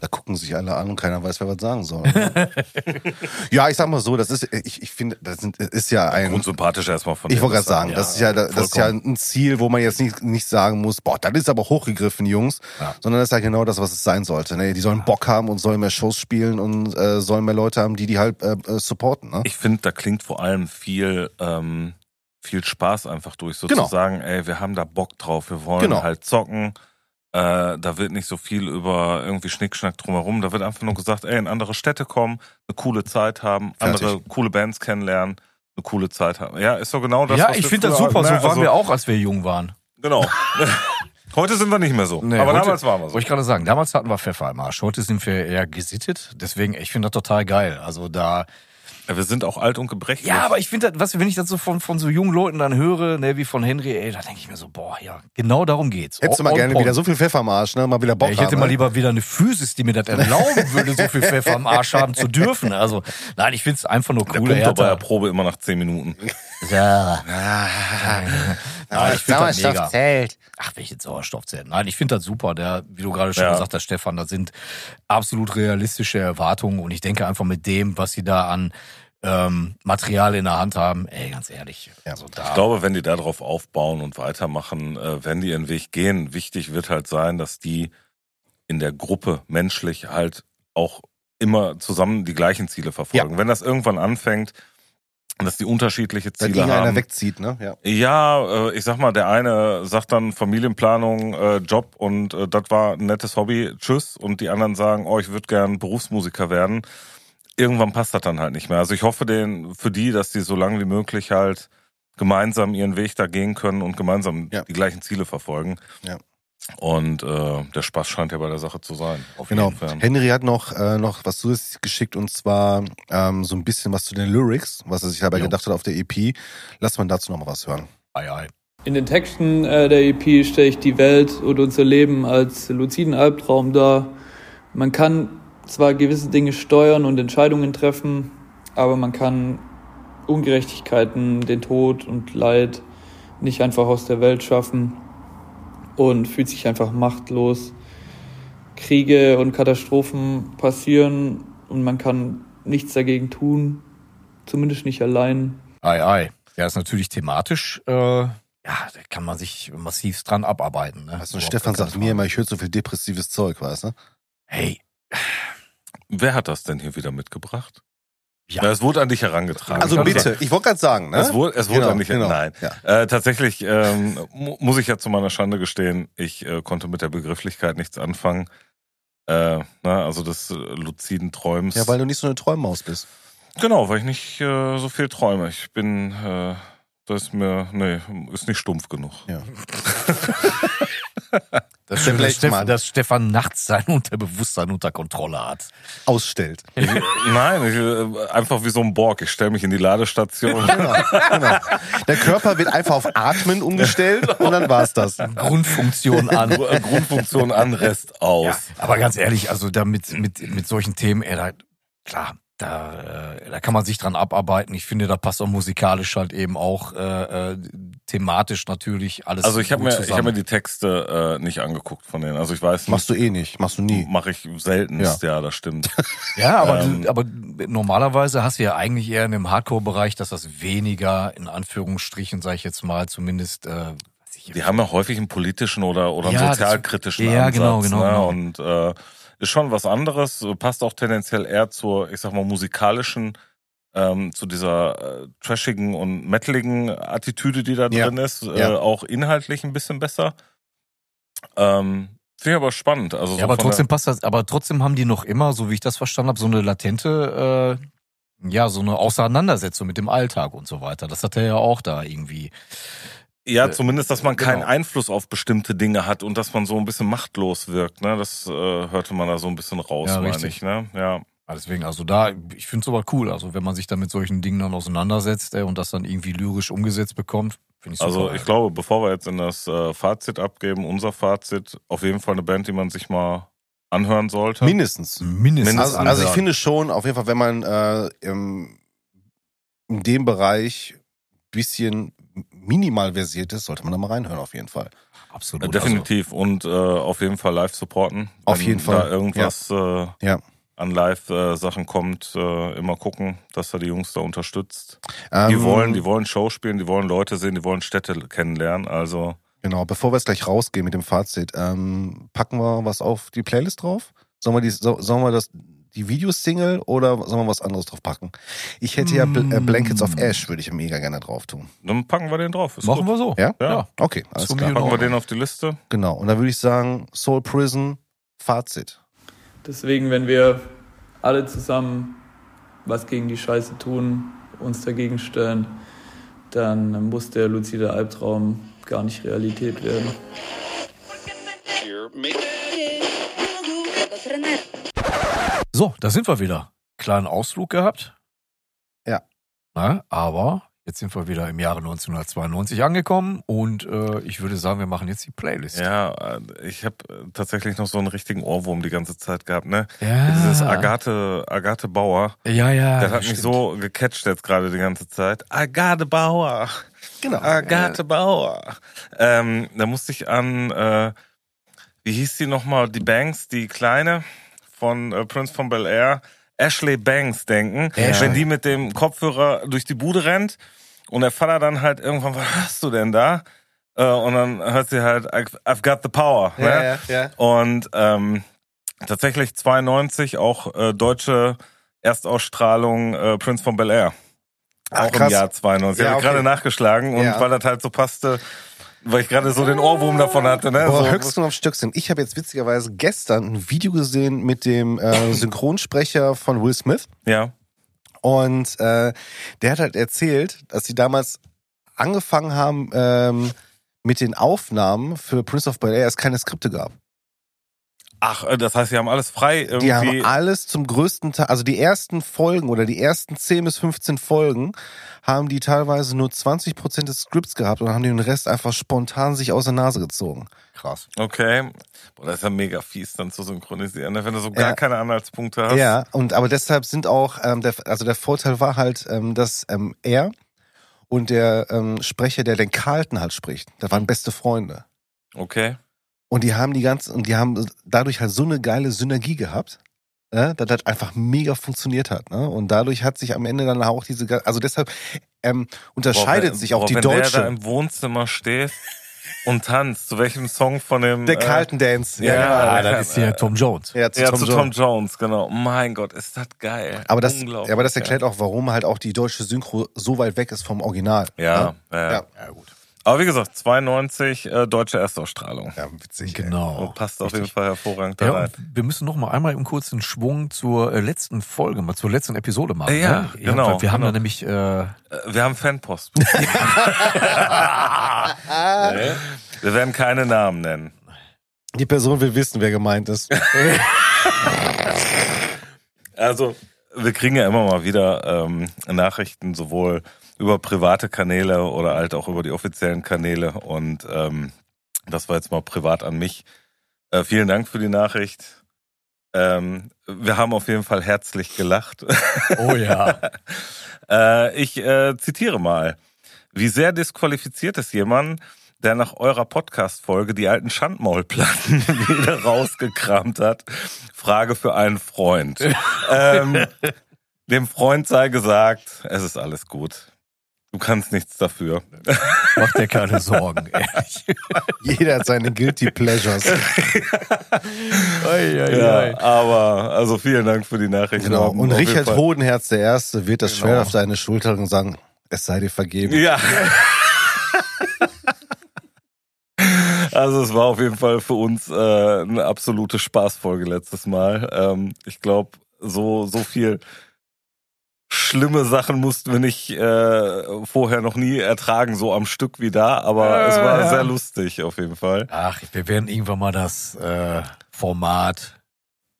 S6: Da gucken sich alle an und keiner weiß, wer was sagen soll. ja, ich sag mal so, das ist, ich, ich finde, das sind- ist ja ein.
S5: Unsympathisch erstmal von
S6: Ich
S5: der
S6: wollte gerade
S5: Seite.
S6: sagen, das ist ja, das ist ja ein Ziel, wo man jetzt nicht, nicht sagen muss, boah, das ist aber hochgegriffen, Jungs,
S4: Ja.
S6: sondern das ist ja genau das, was es sein sollte. Ne? Die sollen Bock haben und sollen mehr Shows spielen und äh, sollen mehr Leute haben, die die halt äh, äh, supporten. Ne?
S5: Ich finde, da klingt vor allem viel, ähm, viel Spaß einfach durch,
S6: Genau.
S5: sozusagen, ey, wir haben da Bock drauf, wir wollen
S6: Genau.
S5: halt zocken. Äh, da wird nicht so viel über irgendwie Schnickschnack drumherum. Da wird einfach nur gesagt, ey, in andere Städte kommen, eine coole Zeit haben,
S6: Fertig.
S5: andere coole Bands kennenlernen, eine coole Zeit haben. Ja, ist so genau das.
S4: ja,
S5: was
S4: ich
S5: wir
S4: finde das
S5: früher
S6: halt,
S4: super. So
S5: hatten, ne?
S4: waren
S6: also
S4: wir auch, als wir jung waren.
S5: Genau. Heute sind wir nicht mehr so.
S4: Nee,
S5: aber
S4: heute-
S5: damals waren wir so.
S4: Wollte ich gerade sagen, damals hatten wir Pfeffer im Arsch. Heute sind wir eher gesittet. Deswegen, ich finde das total geil. Also da.
S5: Ja, Wir sind auch alt und gebrechlich.
S4: Ja, aber ich finde das, was, wenn ich das so von, von so jungen Leuten dann höre, ne, wie von Henry, ey, da denke ich mir so, boah, ja, genau darum geht's.
S6: Hättest du mal
S4: On- on
S6: gerne
S4: point.
S6: wieder so viel Pfeffer am Arsch, ne? Mal wieder Bock
S4: Ja, ich hätte
S6: haben,
S4: mal
S6: ne?
S4: lieber wieder eine Physis, die mir das erlauben würde, so viel Pfeffer am Arsch haben zu dürfen. Also, nein, ich find's einfach nur
S5: der
S4: cool.
S5: kommt doch bei der
S4: Hertha.
S5: Probe immer nach zehn Minuten.
S4: Ja. Nein, ich find das mega.
S6: zählt.
S4: Ach, welches Sauerstoffzelt. Nein, ich finde das super. Der, wie du gerade schon
S5: Ja.
S4: gesagt hast, Stefan, das sind absolut realistische Erwartungen. Und ich denke einfach mit dem, was sie da an ähm, Material in der Hand haben, ey, ganz ehrlich. Also da,
S5: Ich glaube, wenn die darauf aufbauen und weitermachen, äh, wenn die ihren Weg gehen, wichtig wird halt sein, dass die in der Gruppe menschlich halt auch immer zusammen die gleichen Ziele verfolgen. Wenn das irgendwann anfängt, dass die unterschiedliche
S6: Wenn
S5: Ziele
S6: irgendeiner
S5: haben.
S6: wegzieht, ne? Ja.
S5: Ja, äh, ich sag mal, der eine sagt dann Familienplanung, äh, Job und äh, das war ein nettes Hobby, tschüss. Und die anderen sagen, oh, ich würde gern Berufsmusiker werden. Irgendwann passt das dann halt nicht mehr. Also ich hoffe den, für die, dass die so lange wie möglich halt gemeinsam ihren Weg da gehen können und gemeinsam
S6: Ja.
S5: die gleichen Ziele verfolgen.
S6: Ja.
S5: Und äh, der Spaß scheint ja bei der Sache zu sein. Auf
S6: Genau.
S5: jeden Fall.
S6: Henry hat noch, äh, noch was zusätzlich geschickt und zwar ähm, so ein bisschen was zu den Lyrics, was er sich dabei
S4: Jo.
S6: gedacht hat auf der EP. Lass mal dazu noch mal was hören.
S4: ei, ei.
S2: In den Texten äh, der EP stelle ich die Welt und unser Leben als luziden Albtraum dar. Man kann zwar gewisse Dinge steuern und Entscheidungen treffen, aber man kann Ungerechtigkeiten, den Tod und Leid nicht einfach aus der Welt schaffen und fühlt sich einfach machtlos. Kriege und Katastrophen passieren und man kann nichts dagegen tun, zumindest nicht allein.
S4: Ei, ei. Ja, ist natürlich thematisch. Äh, ja, da kann man sich massiv dran abarbeiten. Ne?
S6: Also
S4: Überhaupt
S6: Stefan
S4: keine
S6: sagt
S4: Frage.
S6: mir immer, ich höre so viel depressives Zeug, weißt du?
S4: hey,
S5: Wer hat das denn hier wieder mitgebracht?
S4: Ja.
S5: Na, es wurde an dich herangetragen.
S6: Also
S5: Ich glaub,
S6: bitte, ich wollte gerade sagen, ne?
S5: Es wurde, es wurde
S6: Genau,
S5: an mich.
S6: genau.
S5: Nein.
S6: Ja.
S5: Äh, tatsächlich ähm, mu- muss ich ja zu meiner Schande gestehen, ich äh, konnte mit der Begrifflichkeit nichts anfangen. Äh, na, also des äh, luziden Träums.
S6: Ja, weil du nicht so eine Träummaus bist.
S5: genau, weil ich nicht äh, so viel träume. Ich bin, äh, das ist mir, nee, ist nicht stumpf genug.
S6: Ja.
S4: das,
S6: Der
S4: schön, dass,
S6: Blechmann.
S4: Stefan, dass Stefan nachts sein Unterbewusstsein unter Kontrolle hat.
S6: Ausstellt.
S5: Nein, ich, äh, einfach wie so ein Borg. Ich stelle mich in die Ladestation.
S6: Genau, genau. Der Körper wird einfach auf Atmen umgestellt und dann war's das.
S4: Grundfunktion an.
S5: Gru- äh, Grundfunktion an, Rest aus.
S4: Ja, aber ganz ehrlich, also da mit, mit, mit solchen Themen, ey, da, klar, da, äh, da kann man sich dran abarbeiten. Ich finde, da passt auch musikalisch halt eben auch äh, äh, thematisch natürlich alles.
S5: Also ich habe
S4: gut
S5: mir, ich hab mir
S4: zusammen.
S5: die Texte äh, nicht angeguckt von denen. Also ich weiß nicht.
S6: Machst du eh nicht, machst du nie.
S5: Mache ich seltenst, ja, das stimmt.
S4: Ja, aber,
S5: Ähm,
S4: du, aber normalerweise hast du ja eigentlich eher in dem Hardcore-Bereich, dass das weniger, in Anführungsstrichen, sage ich jetzt mal, zumindest. Äh, weiß ich,
S5: Die haben ja häufig einen politischen oder, oder einen
S4: Ja, das-
S5: sozialkritischen
S4: ja,
S5: Ansatz.
S4: genau, genau,
S5: ne?
S4: genau.
S5: Und äh, ist schon was anderes, passt auch tendenziell eher zur, ich sag mal, musikalischen ähm, zu dieser äh, trashigen und metaligen Attitüde, die da
S6: Ja.
S5: drin ist, äh,
S6: Ja.
S5: auch inhaltlich ein bisschen besser. Ähm, Finde ich aber spannend. Also so
S4: Ja, aber
S5: von der-
S4: trotzdem passt das, aber trotzdem haben die noch immer, so wie ich das verstanden habe, so eine latente, äh, ja, so eine Auseinandersetzung mit dem Alltag und so weiter. Das hat er ja auch da irgendwie.
S5: Ja,
S4: Äh,
S5: zumindest, dass man keinen
S4: genau.
S5: Einfluss auf bestimmte Dinge hat und dass man so ein bisschen machtlos wirkt. Ne? Das äh, hörte man da so ein bisschen raus,
S4: Ja,
S5: meine
S4: richtig.
S5: ich. Ne? Ja.
S4: Ah, Deswegen, also da, ich finde es aber cool. Also wenn man sich da mit solchen Dingen dann auseinandersetzt äh, und das dann irgendwie lyrisch umgesetzt bekommt, finde ich super.
S5: Also ich
S4: ey.
S5: glaube, bevor wir jetzt in das äh, Fazit abgeben, unser Fazit, auf jeden Fall eine Band, die man sich mal anhören sollte.
S6: Mindestens.
S4: mindestens.
S5: Mindestens.
S6: Also, also ich
S4: anhören.
S6: finde schon, auf jeden Fall, wenn man äh, im, in dem Bereich bisschen minimal versiert ist, sollte man da mal reinhören, auf jeden Fall.
S4: absolut.
S5: Äh,
S4: also-
S5: Definitiv und äh, auf jeden Fall live supporten.
S6: Auf
S5: Wenn
S6: jeden
S5: Da
S6: Fall,
S5: irgendwas Äh,
S6: Ja.
S5: an Live-Sachen kommt, äh, immer gucken, dass er die Jungs da unterstützt.
S6: Ähm,
S5: Die wollen, die wollen Show spielen, die wollen Leute sehen, die wollen Städte kennenlernen. Also
S6: Genau, bevor wir jetzt gleich rausgehen mit dem Fazit, ähm, packen wir was auf die Playlist drauf? Sollen wir, die, so, sollen wir das, die Videosingle oder sollen wir was anderes drauf packen? Ich hätte ja Bl äh, Blankets of Ash, würde ich mega gerne drauf tun.
S5: dann packen wir den drauf. Ist
S4: also Machen
S5: gut.
S4: wir so.
S6: Ja?
S5: Ja.
S6: Okay, alles
S4: Zu
S6: klar.
S4: mir
S5: Packen wir
S4: Genau.
S5: den auf die Liste.
S6: Genau, und dann würde ich sagen, Soul Prison, Fazit.
S2: Deswegen, wenn wir alle zusammen was gegen die Scheiße tun, uns dagegen stellen, dann muss der luzide Albtraum gar nicht Realität werden.
S3: Hear me.
S4: So, da sind wir wieder. Kleinen Ausflug gehabt.
S6: Ja.
S4: Na, aber jetzt sind wir wieder im Jahre 1992 angekommen und äh, ich würde sagen, wir machen jetzt die Playlist.
S5: Ja, äh, ich habe tatsächlich noch so einen richtigen Ohrwurm die ganze Zeit gehabt, ne?
S4: ja.
S5: Dieses Agathe, Agathe Bauer.
S4: Ja, ja.
S5: das hat mich
S4: Ah. stimmt.
S5: so gecatcht jetzt gerade die ganze Zeit. Agathe Bauer.
S6: Genau.
S5: Agathe Bauer. Ähm, da musste ich an, äh, wie hieß die nochmal, die Banks, die Kleine von äh, Prince von Bel Air, Ashley Banks denken.
S4: Ashley.
S5: Wenn die mit dem Kopfhörer durch die Bude rennt und der Vater dann halt irgendwann, was hast du denn da? Äh, und dann hört sie halt, I've I've got the power. ne?
S6: ja.
S5: Und ähm, tatsächlich 92 auch äh, deutsche Erstausstrahlung äh, Prince von Bel Air.
S6: Ach,
S5: auch im
S6: krass.
S5: Jahr 92.
S6: Ja,
S5: ich habe
S6: okay.
S5: gerade nachgeschlagen und
S6: Ja.
S5: weil das halt so passte, weil ich gerade so den Ohrwurm davon hatte. Ne?
S6: Boah,
S5: so,
S6: höchst nur auf Stöckchen. Ich habe jetzt witzigerweise gestern ein Video gesehen mit dem äh, Synchronsprecher von Will Smith.
S5: ja.
S6: Und äh, der hat halt erzählt, dass sie damals angefangen haben ähm, mit den Aufnahmen für Prince of Bel Air, es keine Skripte gab.
S5: Ach, äh, das heißt, sie haben alles frei irgendwie.
S6: Die haben alles zum größten Teil, also die ersten Folgen oder die ersten 10 bis 15 Folgen haben die teilweise nur 20% des Skripts gehabt und haben den Rest einfach spontan sich aus der Nase gezogen. Krass.
S5: okay. Boah, das ist ja mega fies, dann zu synchronisieren, ne? wenn du so gar
S6: Ja.
S5: keine Anhaltspunkte hast.
S6: Ja, und aber deshalb sind auch, ähm, der, also der Vorteil war halt, ähm, dass ähm, er und der ähm, Sprecher, der den Carlton halt spricht, da waren beste Freunde.
S5: Okay.
S6: Und die haben die ganzen, und die haben dadurch halt so eine geile Synergie gehabt, ne, dass das einfach mega funktioniert hat. Ne? Und dadurch hat sich am Ende dann auch diese, ga- also deshalb ähm, unterscheidet
S5: Boah, wenn-
S6: sich auch
S5: boah,
S6: die
S5: wenn Wenn der da
S6: deutsche.
S5: im Wohnzimmer steht und tanzt, zu welchem Song von dem...
S6: Der,
S5: äh,
S6: Carlton Dance.
S5: ja,
S4: Ah,
S5: ja,
S4: das ist hier
S5: äh,
S4: Tom Jones.
S6: ja, zu
S5: Ja,
S6: Tom
S5: zu
S6: Jones.
S5: Tom Jones, genau. Mein Gott, ist das geil.
S6: Aber das,
S5: Unglaublich,
S6: ja, aber das erklärt auch, warum halt auch die deutsche Synchro so weit weg ist vom Original.
S5: Ja,
S6: ne?
S5: ja.
S6: Ja.
S5: ja. Aber wie gesagt, 92 äh, deutsche Erstausstrahlung.
S6: ja Oh, witzig. ey.
S4: Genau.
S5: Und passt auf jeden Fall hervorragend da
S4: Ja,
S5: rein.
S4: und wir müssen noch mal einmal im kurzen Schwung zur äh, letzten Folge, mal zur letzten Episode machen.
S5: Ja,
S4: ne?
S5: genau,
S4: weil wir haben
S5: genau.
S4: da nämlich äh,
S5: Äh, Wir haben Fanpost. nee. Wir werden keine Namen nennen.
S6: Die Person will wissen, wer gemeint ist.
S5: Also, wir kriegen ja immer mal wieder ähm, Nachrichten, sowohl über private Kanäle oder halt auch über die offiziellen Kanäle. Und ähm, das war jetzt mal privat an mich. Äh, vielen Dank für die Nachricht. Ähm, wir haben auf jeden Fall herzlich gelacht.
S4: Oh ja.
S5: äh, ich äh, zitiere mal. Wie sehr disqualifiziert es jemand, der nach eurer Podcast-Folge die alten Schandmaulplatten wieder rausgekramt hat? Frage für einen Freund. ähm, dem Freund sei gesagt, es ist alles gut. Du kannst nichts dafür.
S4: Mach dir keine Sorgen, ehrlich.
S6: Jeder hat seine Guilty Pleasures.
S4: Ei, ei, ei.
S5: Ja, aber also vielen Dank für die Nachricht.
S6: Genau.
S5: Norben.
S6: Und
S5: Auf jeden
S6: Richard
S5: Fall-
S6: Hodenherz der Erste wird
S4: Genau.
S6: das Schwert auf seine Schulter und sagen, es sei dir vergeben.
S5: Ja. Also es war auf jeden Fall für uns äh, eine absolute Spaßfolge letztes Mal. Ähm, ich glaube, so, so viel schlimme Sachen mussten wir nicht äh, vorher noch nie ertragen, so am Stück wie da, aber es war
S4: ja.
S5: sehr lustig auf jeden Fall.
S4: Ach, wir werden irgendwann mal das äh, Format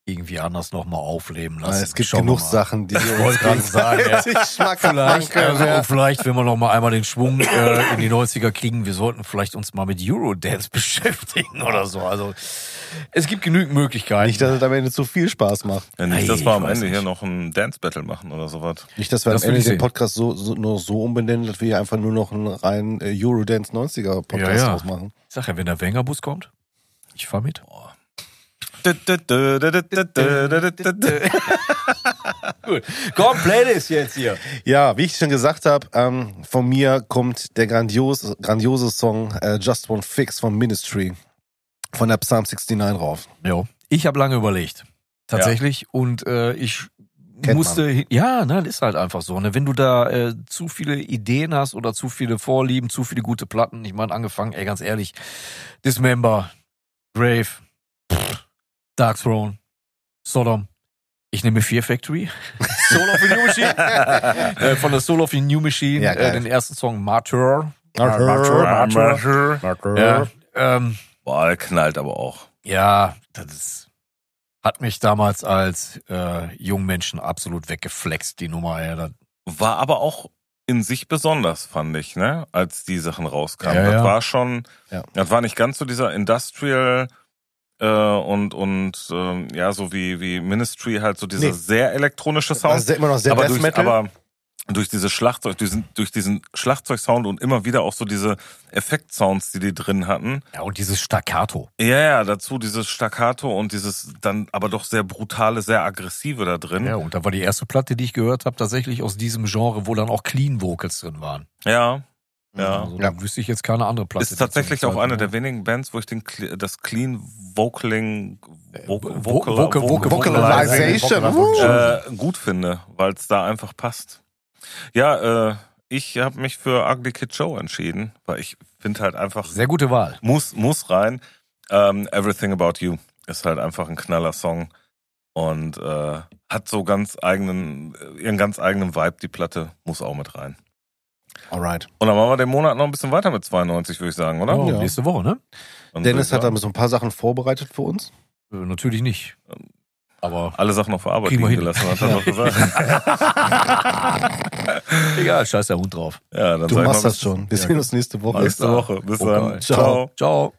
S4: irgendwie anders nochmal aufleben lassen.
S6: es gibt
S4: Schauen wir
S6: genug
S4: mal.
S6: Sachen, die
S4: Ich wollte gerade sagen, ja. Vielleicht, also,
S6: ja.
S4: vielleicht, wenn wir noch mal einmal den Schwung äh, in die 90er kriegen, wir sollten vielleicht uns mal mit Eurodance beschäftigen oder so. Also es gibt genügend Möglichkeiten.
S6: Nicht, dass es am Ende zu viel Spaß macht.
S5: Ja, nicht,
S4: Ei,
S5: dass wir am
S4: ich weiß
S5: Ende hier
S4: nicht.
S5: noch ein Dance-Battle machen oder sowas.
S6: Nicht, dass wir
S4: Das
S6: am
S4: will
S6: Ende
S4: ich
S6: den
S4: sehen.
S6: Podcast so, so, nur so umbenennen, dass wir hier einfach nur noch einen reinen äh, Eurodance 90er Podcast
S4: Ja, ja.
S6: draus machen.
S4: ich sag ja, wenn der Wengerbus kommt, ich fahr mit. Gut. Komm, Playlist jetzt hier.
S6: Ja, wie ich schon gesagt habe, ähm, von mir kommt der grandiose, grandiose Song äh, Just One Fix von Ministry von der Psalm 69 rauf.
S4: Ja, ich habe lange überlegt. Tatsächlich. Und äh, ich
S6: Kennt
S4: musste. Ja, ne, das ist halt einfach so. Ne? Wenn du da äh, zu viele Ideen hast oder zu viele Vorlieben, zu viele gute Platten, ich meine, angefangen, ey, ganz ehrlich, Dismember, Grave, pff, Dark Throne, Sodom. Ich nehme Fear Factory. Soul of the New Machine. äh, von der Soul of the New Machine,
S6: Ja, geil.
S4: äh, den ersten Song Martyr.
S6: Martyr,
S5: Martyr.
S4: Ja, ähm,
S5: Boah, der knallt aber auch.
S4: ja, das ist, hat mich damals als äh, Jungmenschen absolut weggeflext, die Nummer. Ja, das,
S5: War aber auch in sich besonders, fand ich, ne? Als die Sachen rauskamen.
S4: Ja,
S5: das
S4: ja.
S5: war schon,
S6: Ja.
S5: das war nicht ganz so dieser Industrial äh, und und ähm, ja, so wie, wie Ministry halt so dieser
S6: Nee.
S5: sehr elektronische Sound.
S6: Das ist immer noch sehr
S5: aber,
S6: Death
S5: durch,
S6: Metal.
S5: aber durch diese Schlagzeug, diesen, durch diesen Schlagzeugsound und immer wieder auch so diese Effektsounds, die die drin hatten.
S4: ja, und dieses Staccato.
S5: Ja, ja, dazu dieses Staccato und dieses dann aber doch sehr brutale, sehr aggressive da drin.
S4: Ja, und da war die erste Platte, die ich gehört habe, tatsächlich aus diesem Genre, wo dann auch Clean Vocals drin waren.
S5: ja. ja.
S4: Also,
S6: Ja.
S4: Da wüsste ich jetzt keine andere Platte.
S5: ist tatsächlich auch eine der
S4: wenigen.
S5: wenigen Bands, wo ich den, Cle- das Clean Vocaling Vo-
S4: Äh, Vocal,
S5: Vocal-
S4: Vocal, Vocal,
S6: Vocalization.
S4: Vocalization.
S5: äh, gut finde, weil es da einfach passt. Ja, äh, ich habe mich für Ugly Kid Joe entschieden, weil ich finde halt einfach
S4: Sehr gute Wahl.
S5: muss muss rein. Ähm, Everything About You ist halt einfach ein knaller Song und äh, hat so ganz eigenen ihren ganz eigenen Vibe. Die Platte muss auch mit rein.
S6: Alright.
S5: Und dann machen wir den Monat noch ein bisschen weiter mit 92, würde ich sagen, oder?
S4: Ja,
S6: Ja.
S4: Nächste Woche, ne?
S5: Dann würd ich
S6: Dennis hat
S5: sagen,
S6: da so ein paar Sachen vorbereitet für uns.
S4: Äh, Natürlich nicht.
S5: Ähm.
S4: Aber
S5: alle Sachen auf der Arbeit
S4: Kriegen wir
S5: liegen
S4: hin.
S5: gelassen, hat er doch gesagt.
S4: egal, scheiß der Hund drauf.
S5: Ja, dann
S6: Du
S5: sag ich
S6: machst
S5: mal,
S6: das schon. Wir
S5: Ja,
S6: sehen uns nächste Woche. Oh
S5: Nächste Woche. Bis
S4: Okay.
S5: dann. Ciao.
S4: Ciao.